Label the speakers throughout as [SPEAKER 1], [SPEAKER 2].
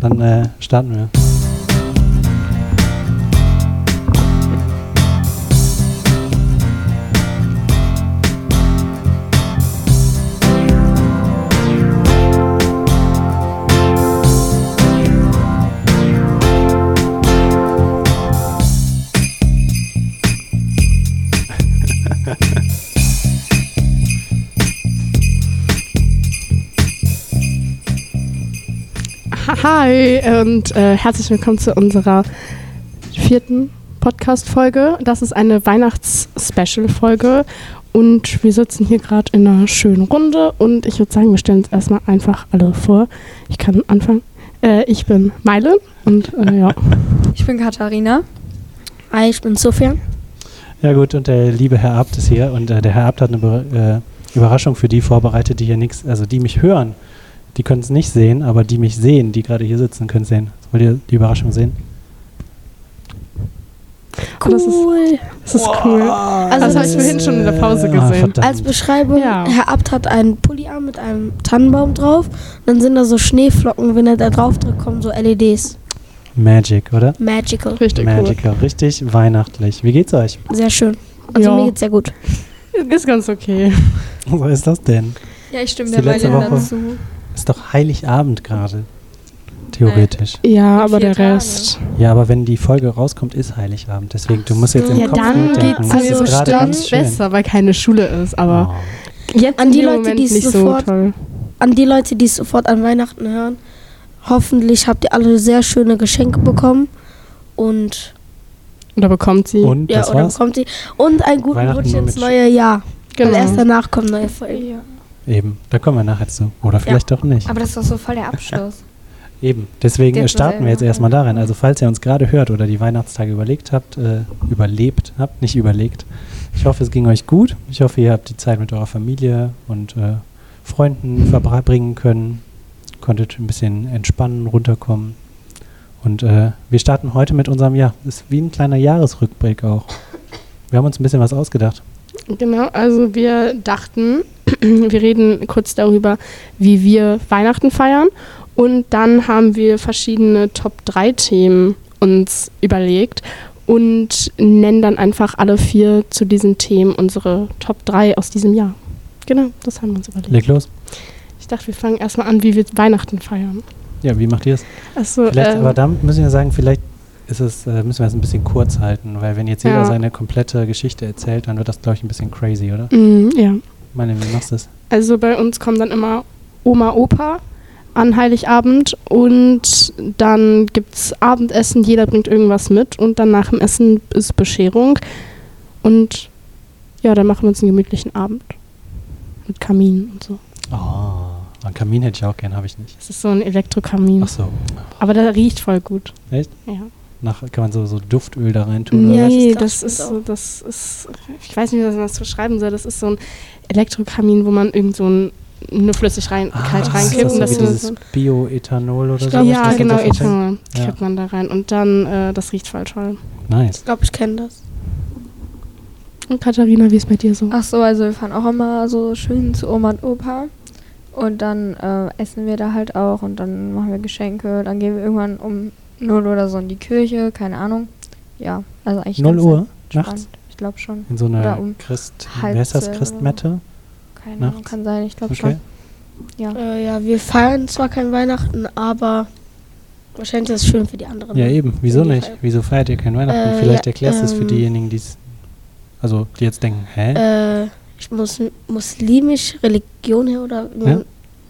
[SPEAKER 1] Dann äh, starten wir.
[SPEAKER 2] Hi und äh, herzlich willkommen zu unserer vierten Podcast-Folge. Das ist eine Weihnachts-Special-Folge und wir sitzen hier gerade in einer schönen Runde und ich würde sagen, wir stellen uns erstmal einfach alle vor. Ich kann anfangen. Äh, ich bin Meile und äh, ja.
[SPEAKER 3] Ich bin Katharina.
[SPEAKER 4] Hi, ich bin Sofian.
[SPEAKER 1] Ja gut, und der liebe Herr Abt ist hier und äh, der Herr Abt hat eine Be äh, Überraschung für die vorbereitet, die hier nichts, also die mich hören. Die können es nicht sehen, aber die mich sehen, die gerade hier sitzen, können es sehen. Wollt ihr die Überraschung sehen?
[SPEAKER 2] Oh, das ist, das ist cool.
[SPEAKER 1] Also,
[SPEAKER 2] Also das
[SPEAKER 4] das
[SPEAKER 2] habe ich vorhin schon in der Pause
[SPEAKER 1] Ah,
[SPEAKER 2] gesehen.
[SPEAKER 1] verdammt.
[SPEAKER 4] Als Beschreibung,
[SPEAKER 2] Ja.
[SPEAKER 4] Herr Abt hat einen Pulli an mit einem Tannenbaum drauf. Dann sind da so Schneeflocken. Wenn er da drauf drückt, kommen so LEDs.
[SPEAKER 1] Magic, oder?
[SPEAKER 4] Magical.
[SPEAKER 2] Richtig
[SPEAKER 1] Magical, richtig weihnachtlich. Wie geht's euch?
[SPEAKER 4] Sehr schön. Also
[SPEAKER 2] Ja.
[SPEAKER 4] mir geht's sehr gut.
[SPEAKER 2] cool. Ist ganz okay.
[SPEAKER 1] Wo ist das denn?
[SPEAKER 3] Ja, ich stimme
[SPEAKER 1] Ist
[SPEAKER 3] der
[SPEAKER 1] die letzte
[SPEAKER 3] Weile
[SPEAKER 1] Woche?
[SPEAKER 3] dazu.
[SPEAKER 1] Ist doch Heiligabend gerade. Theoretisch.
[SPEAKER 2] Ja,
[SPEAKER 3] In
[SPEAKER 2] aber
[SPEAKER 3] vier
[SPEAKER 2] der
[SPEAKER 3] Tagen.
[SPEAKER 2] Rest.
[SPEAKER 1] Ja, aber wenn die Folge rauskommt, ist Heiligabend. Deswegen, du musst jetzt im
[SPEAKER 4] Ja,
[SPEAKER 1] Kopf
[SPEAKER 4] dann
[SPEAKER 1] mitdenken.
[SPEAKER 4] geht's
[SPEAKER 1] Das
[SPEAKER 4] mir
[SPEAKER 1] ist gerade
[SPEAKER 4] bestimmt
[SPEAKER 1] ganz schön.
[SPEAKER 2] besser, weil keine Schule ist, aber...
[SPEAKER 1] Oh.
[SPEAKER 2] Jetzt
[SPEAKER 4] An
[SPEAKER 2] in
[SPEAKER 4] die
[SPEAKER 2] dem
[SPEAKER 4] Leute,
[SPEAKER 2] Moment
[SPEAKER 4] die es
[SPEAKER 2] nicht
[SPEAKER 4] sofort-
[SPEAKER 2] so toll.
[SPEAKER 4] An die Leute, die es sofort an Weihnachten hören, hoffentlich habt ihr alle sehr schöne Geschenke bekommen. Und
[SPEAKER 2] Oder bekommt sie.
[SPEAKER 1] Und
[SPEAKER 4] Hm, ja,
[SPEAKER 1] das
[SPEAKER 4] oder
[SPEAKER 1] war's
[SPEAKER 4] bekommt sie. Und einen guten
[SPEAKER 1] Weihnachten
[SPEAKER 4] Rutsch
[SPEAKER 1] nur
[SPEAKER 4] ins
[SPEAKER 1] mit-
[SPEAKER 4] neue Jahr.
[SPEAKER 2] genau.
[SPEAKER 4] Weil erst danach kommen neue Folgen.
[SPEAKER 3] Ja.
[SPEAKER 1] eben. Da kommen wir nachher zu. Oder vielleicht doch nicht.
[SPEAKER 3] Aber das ist doch so voll der Abschluss.
[SPEAKER 1] Eben. Deswegen
[SPEAKER 3] Jetzt
[SPEAKER 1] äh, starten wir jetzt
[SPEAKER 3] selber.
[SPEAKER 1] erstmal darin. Also falls ihr uns gerade hört oder die Weihnachtstage überlegt habt, äh, überlebt habt, nicht überlegt. Ich hoffe, es ging euch gut. Ich hoffe, ihr habt die Zeit mit eurer Familie und äh, Freunden verbringen können. Konntet ein bisschen entspannen, runterkommen. Und äh, wir starten heute mit unserem Jahr. Ist wie ein kleiner Jahresrückblick auch. Wir haben uns ein bisschen was ausgedacht.
[SPEAKER 2] Genau, also wir dachten, wir reden kurz darüber, wie wir Weihnachten feiern. Und dann haben wir verschiedene Top-3-Themen uns überlegt und nennen dann einfach alle vier zu diesen Themen unsere Top-3 aus diesem Jahr. Genau, das haben wir uns überlegt.
[SPEAKER 1] Leg los.
[SPEAKER 2] Ich dachte, wir fangen erstmal an, wie wir Weihnachten feiern.
[SPEAKER 1] Ja, wie macht ihr es?
[SPEAKER 2] Also,
[SPEAKER 1] Vielleicht,
[SPEAKER 2] ähm,
[SPEAKER 1] aber da müssen wir sagen, vielleicht ist es, äh, müssen wir es ein bisschen kurz halten, weil wenn jetzt jeder
[SPEAKER 2] Ja.
[SPEAKER 1] seine komplette Geschichte erzählt, dann wird das, glaube ich, ein bisschen crazy, oder?
[SPEAKER 2] mm, ja.
[SPEAKER 1] Meine, wie machst du das?
[SPEAKER 2] Also bei uns kommen dann immer Oma, Opa an Heiligabend und dann gibt's Abendessen, jeder bringt irgendwas mit und dann nach dem Essen ist Bescherung und ja, dann machen wir uns einen gemütlichen Abend mit Kamin und so.
[SPEAKER 1] Oh, einen Kamin hätte ich auch gern, habe ich nicht.
[SPEAKER 2] Das ist so ein Elektrokamin,
[SPEAKER 1] Ach so.
[SPEAKER 2] aber der riecht voll gut.
[SPEAKER 1] Echt?
[SPEAKER 2] Ja.
[SPEAKER 1] Nach, kann man so, so Duftöl da rein tun? oder
[SPEAKER 2] Nee, das
[SPEAKER 4] Das ist
[SPEAKER 2] ist so, das ist, ich weiß nicht, wie man das beschreiben soll, das ist so ein Elektrokamin, wo man irgend so ein, eine Flüssig rein,
[SPEAKER 1] was?
[SPEAKER 2] kalt
[SPEAKER 1] Ah,
[SPEAKER 2] reinkippen.
[SPEAKER 1] Ist das so
[SPEAKER 2] halt dass
[SPEAKER 1] wie
[SPEAKER 2] du
[SPEAKER 1] dieses
[SPEAKER 2] so-
[SPEAKER 1] Bioethanol oder so?
[SPEAKER 2] Ja,
[SPEAKER 4] glaub,
[SPEAKER 1] was das
[SPEAKER 2] genau,
[SPEAKER 1] da so drin-
[SPEAKER 2] Ethanol
[SPEAKER 1] Ja.
[SPEAKER 2] kriegt man da rein. Und dann, äh, das riecht voll toll.
[SPEAKER 1] Nice.
[SPEAKER 4] Ich glaube, ich kenne das.
[SPEAKER 2] Und Katharina, wie ist bei dir so?
[SPEAKER 3] Ach so, also wir fahren auch immer so schön zu Oma und Opa. Und dann äh, essen wir da halt auch und dann machen wir Geschenke. Dann gehen wir irgendwann um 0 oder so in die Kirche, keine Ahnung. Ja, also eigentlich
[SPEAKER 1] 0
[SPEAKER 3] ganz
[SPEAKER 1] Uhr nachts
[SPEAKER 3] entspannt. Ich glaube schon.
[SPEAKER 1] in so
[SPEAKER 3] Oder
[SPEAKER 1] einer
[SPEAKER 3] um
[SPEAKER 1] Christ...
[SPEAKER 3] halb
[SPEAKER 1] Wer ist das?
[SPEAKER 3] zehn oder so.
[SPEAKER 1] Christmette?
[SPEAKER 3] Keine Ahnung,
[SPEAKER 1] Nachts?
[SPEAKER 3] kann sein, ich glaube
[SPEAKER 1] Okay.
[SPEAKER 3] schon. Ja.
[SPEAKER 4] Äh, ja, wir feiern zwar kein Weihnachten, aber wahrscheinlich ist es schön für die anderen.
[SPEAKER 1] Ja, eben. Wieso
[SPEAKER 4] Irgendwie
[SPEAKER 1] nicht?
[SPEAKER 4] feiern.
[SPEAKER 1] Wieso feiert ihr kein Weihnachten?
[SPEAKER 4] Äh,
[SPEAKER 1] Vielleicht
[SPEAKER 4] ja,
[SPEAKER 1] erklärst du es für
[SPEAKER 4] ähm,
[SPEAKER 1] diejenigen, die es. Also, die jetzt denken, hä?
[SPEAKER 4] Äh, ich muss muslimisch Religion her oder
[SPEAKER 1] Ja.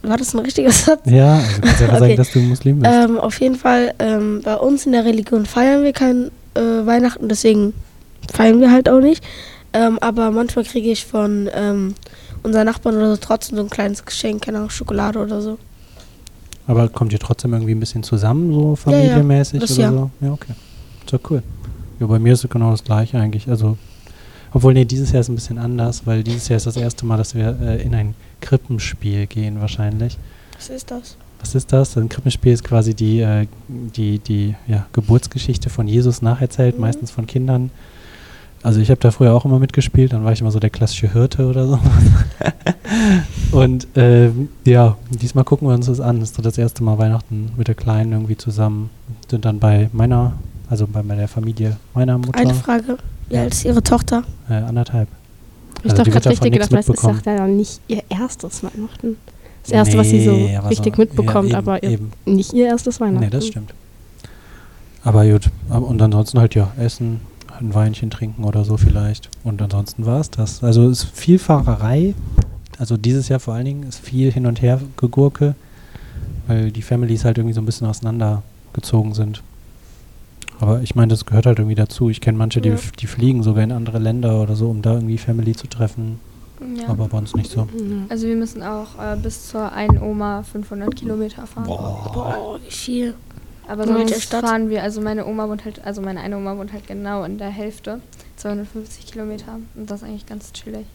[SPEAKER 4] war das ein richtiger Satz?
[SPEAKER 1] ja, also kannst du einfach sagen,
[SPEAKER 4] okay.
[SPEAKER 1] dass du Muslim bist.
[SPEAKER 4] Ähm, auf jeden Fall, ähm, bei uns in der Religion feiern wir kein äh, Weihnachten, deswegen feiern wir halt auch nicht. Ähm, aber manchmal kriege ich von ähm, unseren Nachbarn oder so trotzdem so ein kleines Geschenk, keine Ahnung, Schokolade oder so.
[SPEAKER 1] Aber kommt ihr trotzdem irgendwie ein bisschen zusammen, so
[SPEAKER 4] Ja, ja,
[SPEAKER 1] familienmäßig
[SPEAKER 4] das
[SPEAKER 1] oder
[SPEAKER 4] ja.
[SPEAKER 1] so? Ja, okay. Ist doch cool. Ja, bei mir ist es genau das gleiche eigentlich. Also, obwohl, nee, dieses Jahr ist ein bisschen anders, weil dieses Jahr ist das erste Mal, dass wir äh, in ein Krippenspiel gehen, wahrscheinlich.
[SPEAKER 4] Was ist das?
[SPEAKER 1] Was ist das? Ein Krippenspiel ist quasi die, äh,
[SPEAKER 2] Mhm.
[SPEAKER 1] die, die ja, Geburtsgeschichte von Jesus nacherzählt, meistens von Kindern. Also ich habe da früher auch immer mitgespielt, dann war ich immer so der klassische Hirte oder so. und ähm, ja, diesmal gucken wir uns das an. Das ist so das erste Mal Weihnachten mit der Kleinen irgendwie zusammen. Sind dann bei meiner, also bei der Familie meiner Mutter.
[SPEAKER 4] Eine Frage. Wie alt ist Ihre Tochter?
[SPEAKER 1] Äh, anderthalb.
[SPEAKER 2] Ich
[SPEAKER 1] Also
[SPEAKER 2] habe
[SPEAKER 1] die wird
[SPEAKER 2] doch gerade
[SPEAKER 1] davon
[SPEAKER 2] richtig
[SPEAKER 1] nichts
[SPEAKER 2] gedacht, weil es ist
[SPEAKER 1] mitbekommen.
[SPEAKER 2] doch dann nicht ihr erstes Weihnachten. Das erste, was sie so
[SPEAKER 1] Nee, aber
[SPEAKER 2] richtig
[SPEAKER 1] so-
[SPEAKER 2] mitbekommt,
[SPEAKER 1] ja, eben,
[SPEAKER 2] aber ihr,
[SPEAKER 1] eben.
[SPEAKER 2] nicht ihr erstes Weihnachten.
[SPEAKER 1] Nee, das stimmt. Aber gut, ab- und ansonsten halt ja, essen, ein Weinchen trinken oder so vielleicht. Und ansonsten war es das. Also es ist viel Fahrerei. Also dieses Jahr vor allen Dingen ist viel hin und her gegurke, weil die Families halt irgendwie so ein bisschen auseinandergezogen sind. Aber ich meine, das gehört halt irgendwie dazu. Ich kenne manche, die,
[SPEAKER 4] Ja.
[SPEAKER 1] f- die fliegen sogar in andere Länder oder so, um da irgendwie Family zu treffen.
[SPEAKER 3] Ja.
[SPEAKER 1] Aber bei uns nicht so.
[SPEAKER 2] Ja.
[SPEAKER 3] Also wir müssen auch äh, bis zur einen Oma 500 Kilometer fahren.
[SPEAKER 1] Oh.
[SPEAKER 4] Boah, wie viel?
[SPEAKER 3] Aber
[SPEAKER 4] Nur mit der
[SPEAKER 3] sonst
[SPEAKER 4] Stadt?
[SPEAKER 3] fahren wir, also meine Oma wohnt halt, also meine eine Oma wohnt halt genau in der Hälfte, 250 Kilometer. Und das ist eigentlich ganz chillig.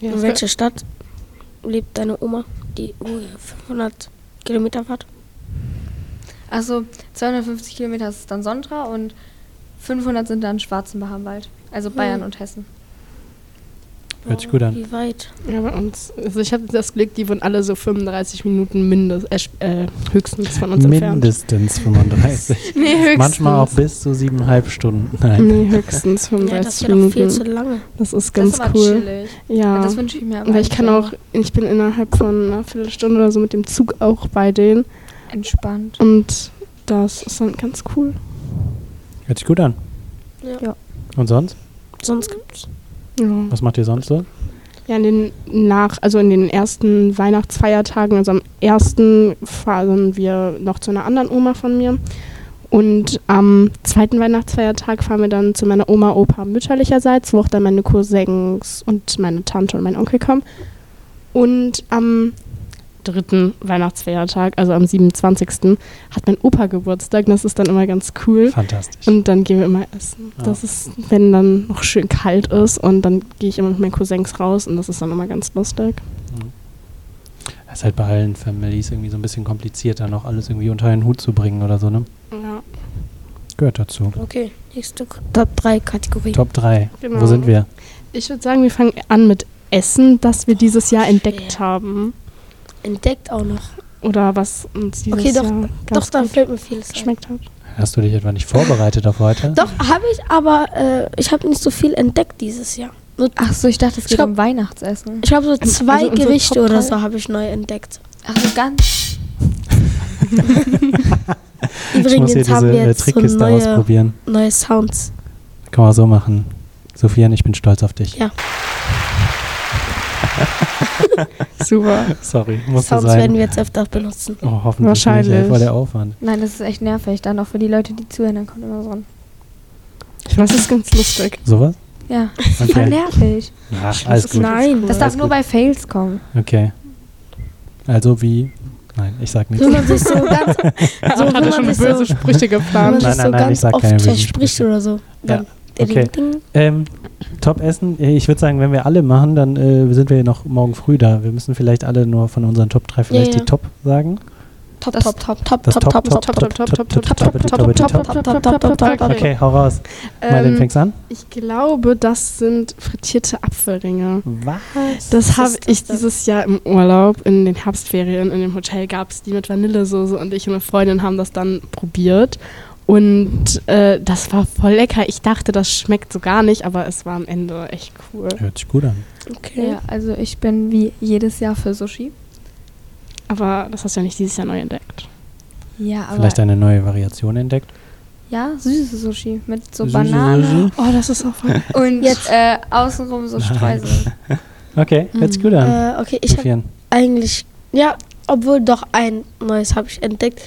[SPEAKER 2] Ja,
[SPEAKER 4] In
[SPEAKER 2] es
[SPEAKER 4] welcher Stadt lebt deine Oma, die oh, 500 Kilometer fährt?
[SPEAKER 3] Also 250 Kilometer ist dann Sondra und 500 sind dann Schwarzenbacher im Wald. Also Bayern
[SPEAKER 4] Hm.
[SPEAKER 3] und Hessen.
[SPEAKER 1] Hört sich gut an.
[SPEAKER 4] Wie weit?
[SPEAKER 2] Ja, bei uns. Also ich hatte das Glück, die wurden alle so 35 Minuten mindest, äh, sp- äh, höchstens von uns entfernt.
[SPEAKER 1] Mindestens 35.
[SPEAKER 3] Nee, höchstens.
[SPEAKER 1] Manchmal auch bis zu siebeneinhalb Stunden. Nein.
[SPEAKER 2] Nee, höchstens
[SPEAKER 4] Ja,
[SPEAKER 2] 35
[SPEAKER 4] das ist ja doch viel
[SPEAKER 2] Minuten.
[SPEAKER 4] zu lange.
[SPEAKER 2] das ist
[SPEAKER 3] Das
[SPEAKER 2] ganz
[SPEAKER 3] ist aber
[SPEAKER 2] cool.
[SPEAKER 3] chillig.
[SPEAKER 2] Ja.
[SPEAKER 3] Das wünsche ich mir aber
[SPEAKER 2] Weil ich kann
[SPEAKER 3] eigentlich
[SPEAKER 2] auch, ich bin innerhalb von einer Viertelstunde oder so mit dem Zug auch bei denen.
[SPEAKER 3] Entspannt.
[SPEAKER 2] Und das ist dann ganz cool.
[SPEAKER 1] Hört sich gut an.
[SPEAKER 4] Ja.
[SPEAKER 3] Ja.
[SPEAKER 1] Und sonst?
[SPEAKER 4] Sonst gibt's.
[SPEAKER 2] Ja.
[SPEAKER 1] Was macht ihr sonst so?
[SPEAKER 2] Ja, in den nach, also in den ersten Weihnachtsfeiertagen, also am ersten fahren wir noch zu einer anderen Oma von mir. Und am zweiten Weihnachtsfeiertag fahren wir dann zu meiner Oma, Opa mütterlicherseits, wo auch dann meine Cousins und meine Tante und mein Onkel kommen. Und am dritten Weihnachtsfeiertag, also am 27. hat mein Opa Geburtstag. Das ist dann immer ganz
[SPEAKER 4] Hm?
[SPEAKER 2] cool.
[SPEAKER 1] Fantastisch.
[SPEAKER 4] Ähm,
[SPEAKER 2] Und dann gehen wir immer essen.
[SPEAKER 1] Ja.
[SPEAKER 2] Das ist, wenn dann noch schön kalt ist und dann gehe ich immer mit meinen Cousins raus und das ist dann immer ganz lustig.
[SPEAKER 1] Das ist halt bei allen Families irgendwie so ein bisschen kompliziert, dann auch alles irgendwie unter einen Hut zu bringen oder so, ne?
[SPEAKER 2] Ja,
[SPEAKER 1] Gehört dazu.
[SPEAKER 4] Okay, nächste K- Top 3 Kategorie.
[SPEAKER 1] Top 3.
[SPEAKER 2] genau.
[SPEAKER 1] Wo sind wir?
[SPEAKER 2] Ich würde sagen, wir fangen an mit Essen, das wir dieses Jahr entdeckt
[SPEAKER 4] schwer.
[SPEAKER 2] haben.
[SPEAKER 4] Entdeckt auch noch.
[SPEAKER 2] Oder was uns dieses
[SPEAKER 4] Okay, doch,
[SPEAKER 2] Jahr
[SPEAKER 4] Doch,
[SPEAKER 2] ganz
[SPEAKER 4] dann fällt mir vieles ein.
[SPEAKER 2] geschmeckt hat.
[SPEAKER 1] Hast du dich etwa nicht vorbereitet auf heute?
[SPEAKER 4] Doch, habe ich, aber äh, ich habe nicht so viel entdeckt dieses Jahr. Nur,
[SPEAKER 3] Ach so, ich dachte, es geht
[SPEAKER 4] glaub-
[SPEAKER 3] um Weihnachtsessen.
[SPEAKER 4] ich habe so
[SPEAKER 2] Also
[SPEAKER 4] zwei
[SPEAKER 2] unsere
[SPEAKER 4] Gerichte
[SPEAKER 2] Top
[SPEAKER 4] oder
[SPEAKER 2] drei?
[SPEAKER 4] so habe ich neu entdeckt.
[SPEAKER 3] Ach so, ganz.
[SPEAKER 1] ich muss
[SPEAKER 4] Übrigens
[SPEAKER 1] hier
[SPEAKER 4] haben
[SPEAKER 1] diese
[SPEAKER 4] wir
[SPEAKER 1] äh,
[SPEAKER 4] jetzt so
[SPEAKER 1] Trickkiste
[SPEAKER 4] neue,
[SPEAKER 1] ausprobieren.
[SPEAKER 4] neue Sounds.
[SPEAKER 1] Kann man so machen. Sofian, ich bin stolz auf dich.
[SPEAKER 4] Ja.
[SPEAKER 2] Super.
[SPEAKER 1] Sorry, musste
[SPEAKER 4] Sounds
[SPEAKER 1] sein.
[SPEAKER 4] werden wir jetzt öfter benutzen.
[SPEAKER 1] Oh, hoffentlich
[SPEAKER 2] Wahrscheinlich.
[SPEAKER 1] nicht. ey, Voll der Aufwand.
[SPEAKER 3] Nein, das ist echt nervig. Dann auch für die Leute, die zuhören, dann kommt immer so ein.
[SPEAKER 2] Ich weiß, es ist ganz lustig.
[SPEAKER 1] Sowas?
[SPEAKER 3] Ja, voll
[SPEAKER 1] Okay.
[SPEAKER 3] nervig.
[SPEAKER 1] Ach, alles gut.
[SPEAKER 4] Nein,
[SPEAKER 3] Das
[SPEAKER 4] das
[SPEAKER 1] Alles
[SPEAKER 3] darf nur
[SPEAKER 1] gut.
[SPEAKER 3] bei Fails kommen.
[SPEAKER 1] Okay. Also wie? Nein, ich sag nichts.
[SPEAKER 4] wenn man sich so ganz, so,
[SPEAKER 2] hat
[SPEAKER 4] wenn
[SPEAKER 2] er
[SPEAKER 4] man
[SPEAKER 2] schon
[SPEAKER 4] sich so,
[SPEAKER 2] böse Sprüche
[SPEAKER 4] wenn man
[SPEAKER 2] geplant.
[SPEAKER 1] Nein,
[SPEAKER 4] sich
[SPEAKER 1] nein,
[SPEAKER 4] so
[SPEAKER 1] nein, ich
[SPEAKER 4] ganz
[SPEAKER 1] sag keine
[SPEAKER 4] oft
[SPEAKER 1] bösen
[SPEAKER 4] verspricht
[SPEAKER 1] Sprüche.
[SPEAKER 4] oder so. Dann
[SPEAKER 1] okay.
[SPEAKER 4] Ding,
[SPEAKER 1] Ähm, Top-Essen, äh, ich würde sagen, wenn wir alle machen, dann äh, sind wir noch morgen früh da. Wir müssen vielleicht alle nur von unseren Top 3 vielleicht
[SPEAKER 4] ja.
[SPEAKER 1] die Top sagen.
[SPEAKER 4] Top,
[SPEAKER 3] Das
[SPEAKER 4] top, top, top,
[SPEAKER 1] Das
[SPEAKER 4] top, top, top,
[SPEAKER 2] Top, top, top, top, top, top, top, top, top, top, top, top, top, top, top.
[SPEAKER 1] Okay, hau raus. Marlene,
[SPEAKER 2] Ähm,
[SPEAKER 1] fängst an.
[SPEAKER 2] ich glaube, das sind frittierte Apfelringe.
[SPEAKER 1] Was?
[SPEAKER 2] Das
[SPEAKER 4] Was
[SPEAKER 2] habe
[SPEAKER 4] ist das
[SPEAKER 2] ich
[SPEAKER 4] denn?
[SPEAKER 2] dieses Jahr im Urlaub in den Herbstferien in dem Hotel gab es die mit Vanillesoße und ich und eine Freundin haben das dann probiert und äh, das war voll lecker. Ich dachte, das schmeckt so gar nicht, aber es war am Ende echt cool.
[SPEAKER 1] Hört sich gut an.
[SPEAKER 4] Okay.
[SPEAKER 3] Ja, also ich bin wie jedes Jahr für Sushi.
[SPEAKER 2] Aber das hast du ja nicht dieses Jahr neu entdeckt.
[SPEAKER 3] Ja, aber.
[SPEAKER 1] Vielleicht eine neue Variation entdeckt.
[SPEAKER 3] ja, süßes Sushi mit so
[SPEAKER 1] Süße
[SPEAKER 3] Banane
[SPEAKER 2] Oh, das ist auch voll.
[SPEAKER 3] und jetzt äh, außenrum so
[SPEAKER 1] Nein.
[SPEAKER 3] Streusel.
[SPEAKER 1] Okay, hört sich
[SPEAKER 2] Mhm.
[SPEAKER 1] gut an.
[SPEAKER 4] Äh, okay, ich habe
[SPEAKER 1] Sofian.
[SPEAKER 4] eigentlich, ja, obwohl doch ein neues habe ich entdeckt,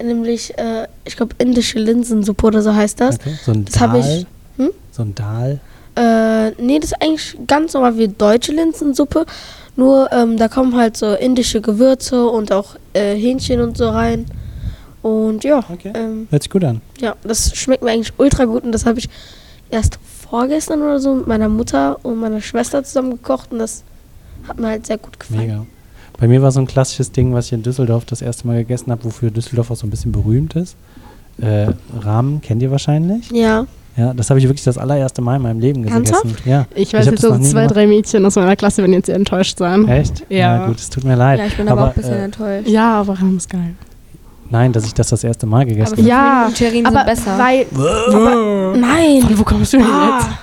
[SPEAKER 4] nämlich, äh, ich glaube, indische Linsensuppe oder so heißt das.
[SPEAKER 1] Okay. So ein
[SPEAKER 4] das hab
[SPEAKER 1] Dahl.
[SPEAKER 4] ich- Hm?
[SPEAKER 1] So ein Dahl.
[SPEAKER 4] Äh, nee, das ist eigentlich ganz normal wie deutsche Linsensuppe, nur ähm, da kommen halt so indische Gewürze und auch äh, Hähnchen und so rein. Und ja,
[SPEAKER 1] Okay.
[SPEAKER 4] ähm,
[SPEAKER 1] Hört sich gut an.
[SPEAKER 4] ja, das schmeckt mir eigentlich ultra gut und das habe ich erst vorgestern oder so mit meiner Mutter und meiner Schwester zusammen gekocht und das hat mir halt sehr gut gefallen.
[SPEAKER 1] Mega. Bei mir war so ein klassisches Ding, was ich in Düsseldorf das erste Mal gegessen habe, wofür Düsseldorf auch so ein bisschen berühmt ist. Äh, Rahmen kennt ihr wahrscheinlich.
[SPEAKER 4] Ja,
[SPEAKER 1] Ja, das habe ich wirklich das allererste Mal in meinem Leben gegessen.
[SPEAKER 4] Ernsthaft?
[SPEAKER 1] Ja.
[SPEAKER 2] Ich weiß
[SPEAKER 1] hab
[SPEAKER 2] jetzt,
[SPEAKER 1] das
[SPEAKER 2] so
[SPEAKER 1] noch nie
[SPEAKER 2] zwei,
[SPEAKER 1] gemacht.
[SPEAKER 2] drei Mädchen aus meiner Klasse werden jetzt sehr enttäuscht sein.
[SPEAKER 1] Echt?
[SPEAKER 2] Ja.
[SPEAKER 1] gut, es tut mir leid.
[SPEAKER 3] Ja, ich bin aber, auch ein bisschen
[SPEAKER 1] äh,
[SPEAKER 3] enttäuscht.
[SPEAKER 2] Ja, aber Rahm ist geil.
[SPEAKER 1] Nein, dass ich das das erste Mal gegessen
[SPEAKER 3] aber
[SPEAKER 1] habe.
[SPEAKER 2] Ja,
[SPEAKER 3] Pfefferminz und Cherin
[SPEAKER 2] Aber
[SPEAKER 3] sind besser.
[SPEAKER 2] weil.
[SPEAKER 4] Nein.
[SPEAKER 2] Von wo kommst du denn jetzt?
[SPEAKER 4] Ah.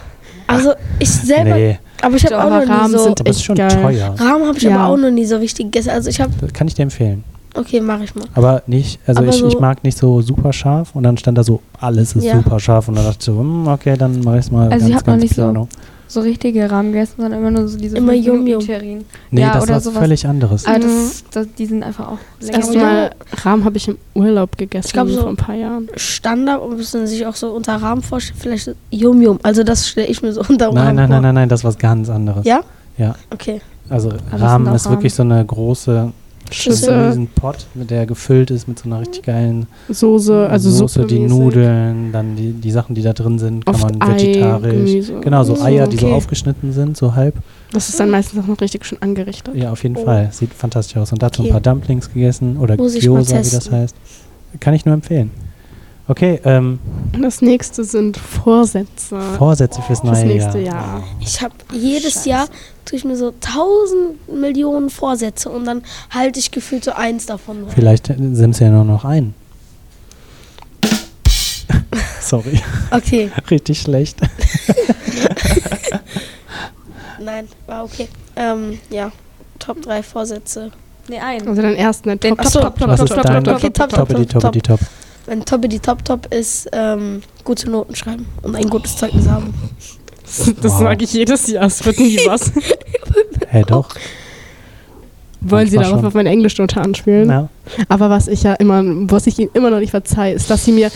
[SPEAKER 4] Also ich selber,
[SPEAKER 1] Nee,
[SPEAKER 4] aber ich habe
[SPEAKER 2] Doch,
[SPEAKER 4] auch
[SPEAKER 2] aber
[SPEAKER 4] noch nie
[SPEAKER 2] Rahmen
[SPEAKER 4] so.
[SPEAKER 2] sind
[SPEAKER 1] aber es ist
[SPEAKER 2] echt
[SPEAKER 1] schon
[SPEAKER 2] geil.
[SPEAKER 1] teuer.
[SPEAKER 4] Rahmen habe ich
[SPEAKER 2] Ja.
[SPEAKER 4] aber auch noch nie so richtig gegessen. Also ich habe,
[SPEAKER 1] Das kann ich dir empfehlen.
[SPEAKER 4] okay, mache ich mal.
[SPEAKER 1] Aber nicht, also
[SPEAKER 4] Aber
[SPEAKER 1] ich, ich
[SPEAKER 4] so-
[SPEAKER 1] mag nicht so super scharf und dann stand da so, alles ist
[SPEAKER 4] Ja.
[SPEAKER 1] super scharf und dann dachte ich so, hm, okay, dann mache ich es mal
[SPEAKER 3] Also ich
[SPEAKER 1] ganz,
[SPEAKER 3] hab noch
[SPEAKER 1] ganz
[SPEAKER 3] nicht so-
[SPEAKER 1] piano.
[SPEAKER 3] So richtige Rahmen gegessen, sondern immer nur so diese
[SPEAKER 4] Immer
[SPEAKER 3] fünf
[SPEAKER 4] Yum
[SPEAKER 3] Minuten
[SPEAKER 4] Yum.
[SPEAKER 3] Cherin.
[SPEAKER 1] Nee,
[SPEAKER 3] Ja,
[SPEAKER 1] das
[SPEAKER 3] oder
[SPEAKER 1] war
[SPEAKER 3] sowas.
[SPEAKER 1] völlig anderes.
[SPEAKER 3] Aber
[SPEAKER 2] Mhm.
[SPEAKER 3] das, das, die sind einfach auch
[SPEAKER 4] Das
[SPEAKER 3] lecker.
[SPEAKER 2] Das erste Mal Rahm habe ich im Urlaub gegessen.
[SPEAKER 4] Ich glaub so-
[SPEAKER 2] vor ein paar Jahren.
[SPEAKER 4] Standard und müssen sich auch so unter Rahmen vorstellen. Vielleicht Yum Yum. Also das stelle ich mir so unter
[SPEAKER 3] Also
[SPEAKER 1] Nein,
[SPEAKER 4] Rahmen
[SPEAKER 1] nein,
[SPEAKER 4] vor.
[SPEAKER 1] nein, nein, nein, das war was ganz anderes.
[SPEAKER 4] Ja?
[SPEAKER 1] Ja.
[SPEAKER 4] Okay.
[SPEAKER 1] Also
[SPEAKER 3] sind
[SPEAKER 1] Rahmen
[SPEAKER 3] auch
[SPEAKER 1] ist wirklich so eine große, so ein
[SPEAKER 2] Schüssel,
[SPEAKER 1] riesen Pot, mit der gefüllt ist mit so einer richtig geilen
[SPEAKER 2] Soße, also
[SPEAKER 1] Soße,
[SPEAKER 2] Suppe
[SPEAKER 1] die
[SPEAKER 2] mäßig.
[SPEAKER 1] Nudeln, dann die, die Sachen, die da drin sind, kann
[SPEAKER 2] Oft
[SPEAKER 1] man
[SPEAKER 2] Ei,
[SPEAKER 1] vegetarisch.
[SPEAKER 2] Gemüse.
[SPEAKER 1] Genau, so
[SPEAKER 4] Mm,
[SPEAKER 1] Eier, die so
[SPEAKER 4] okay.
[SPEAKER 1] aufgeschnitten sind, so halb.
[SPEAKER 2] Das ist dann meistens auch noch richtig schön angerichtet.
[SPEAKER 1] Ja, auf jeden
[SPEAKER 4] Oh.
[SPEAKER 1] Fall. Sieht fantastisch aus. Und dazu ein
[SPEAKER 4] Okay.
[SPEAKER 1] paar Dumplings gegessen oder
[SPEAKER 4] Muss ich mal
[SPEAKER 1] Gyoza, wie das
[SPEAKER 4] testen.
[SPEAKER 1] heißt. Kann ich nur empfehlen. Okay, ähm,
[SPEAKER 2] Das nächste sind Vorsätze.
[SPEAKER 1] Vorsätze fürs
[SPEAKER 2] das
[SPEAKER 1] neue
[SPEAKER 2] Ah, nächste
[SPEAKER 1] Jahr.
[SPEAKER 2] Jahr.
[SPEAKER 4] Ich habe jedes
[SPEAKER 2] Scheiße.
[SPEAKER 4] Jahr tue ich mir so tausend Millionen Vorsätze und dann halte ich gefühlt so eins davon.
[SPEAKER 1] Vielleicht sind es ja nur noch ein. Sorry,
[SPEAKER 4] Okay.
[SPEAKER 1] richtig schlecht.
[SPEAKER 4] Nein, war okay. Ähm, ja. Top 3 Vorsätze.
[SPEAKER 3] Nee, ein.
[SPEAKER 2] Also den ersten, der
[SPEAKER 4] Den-
[SPEAKER 2] Top,
[SPEAKER 4] Ach so.
[SPEAKER 2] Top, Top,
[SPEAKER 1] Was
[SPEAKER 2] Top,
[SPEAKER 1] ist
[SPEAKER 2] Top,
[SPEAKER 1] dein
[SPEAKER 2] Top, Top,
[SPEAKER 4] Okay,
[SPEAKER 2] Top,
[SPEAKER 4] Top,
[SPEAKER 2] Top.
[SPEAKER 4] Top.
[SPEAKER 1] Toppity, toppity, top.
[SPEAKER 4] Mein Top, die Top, Top ist ähm, gute Noten schreiben und ein gutes Zeugnis haben.
[SPEAKER 2] Das
[SPEAKER 1] Wow.
[SPEAKER 2] sage ich jedes Jahr, es wird nie was.
[SPEAKER 1] Hey, doch.
[SPEAKER 2] Wollen Sie
[SPEAKER 1] Manchmal
[SPEAKER 2] darauf
[SPEAKER 1] schon.
[SPEAKER 2] auf meine Englischnote anspielen?
[SPEAKER 1] Ja.
[SPEAKER 2] Aber was ich ja immer, was ich Ihnen immer noch nicht verzeihe, ist, dass Sie mir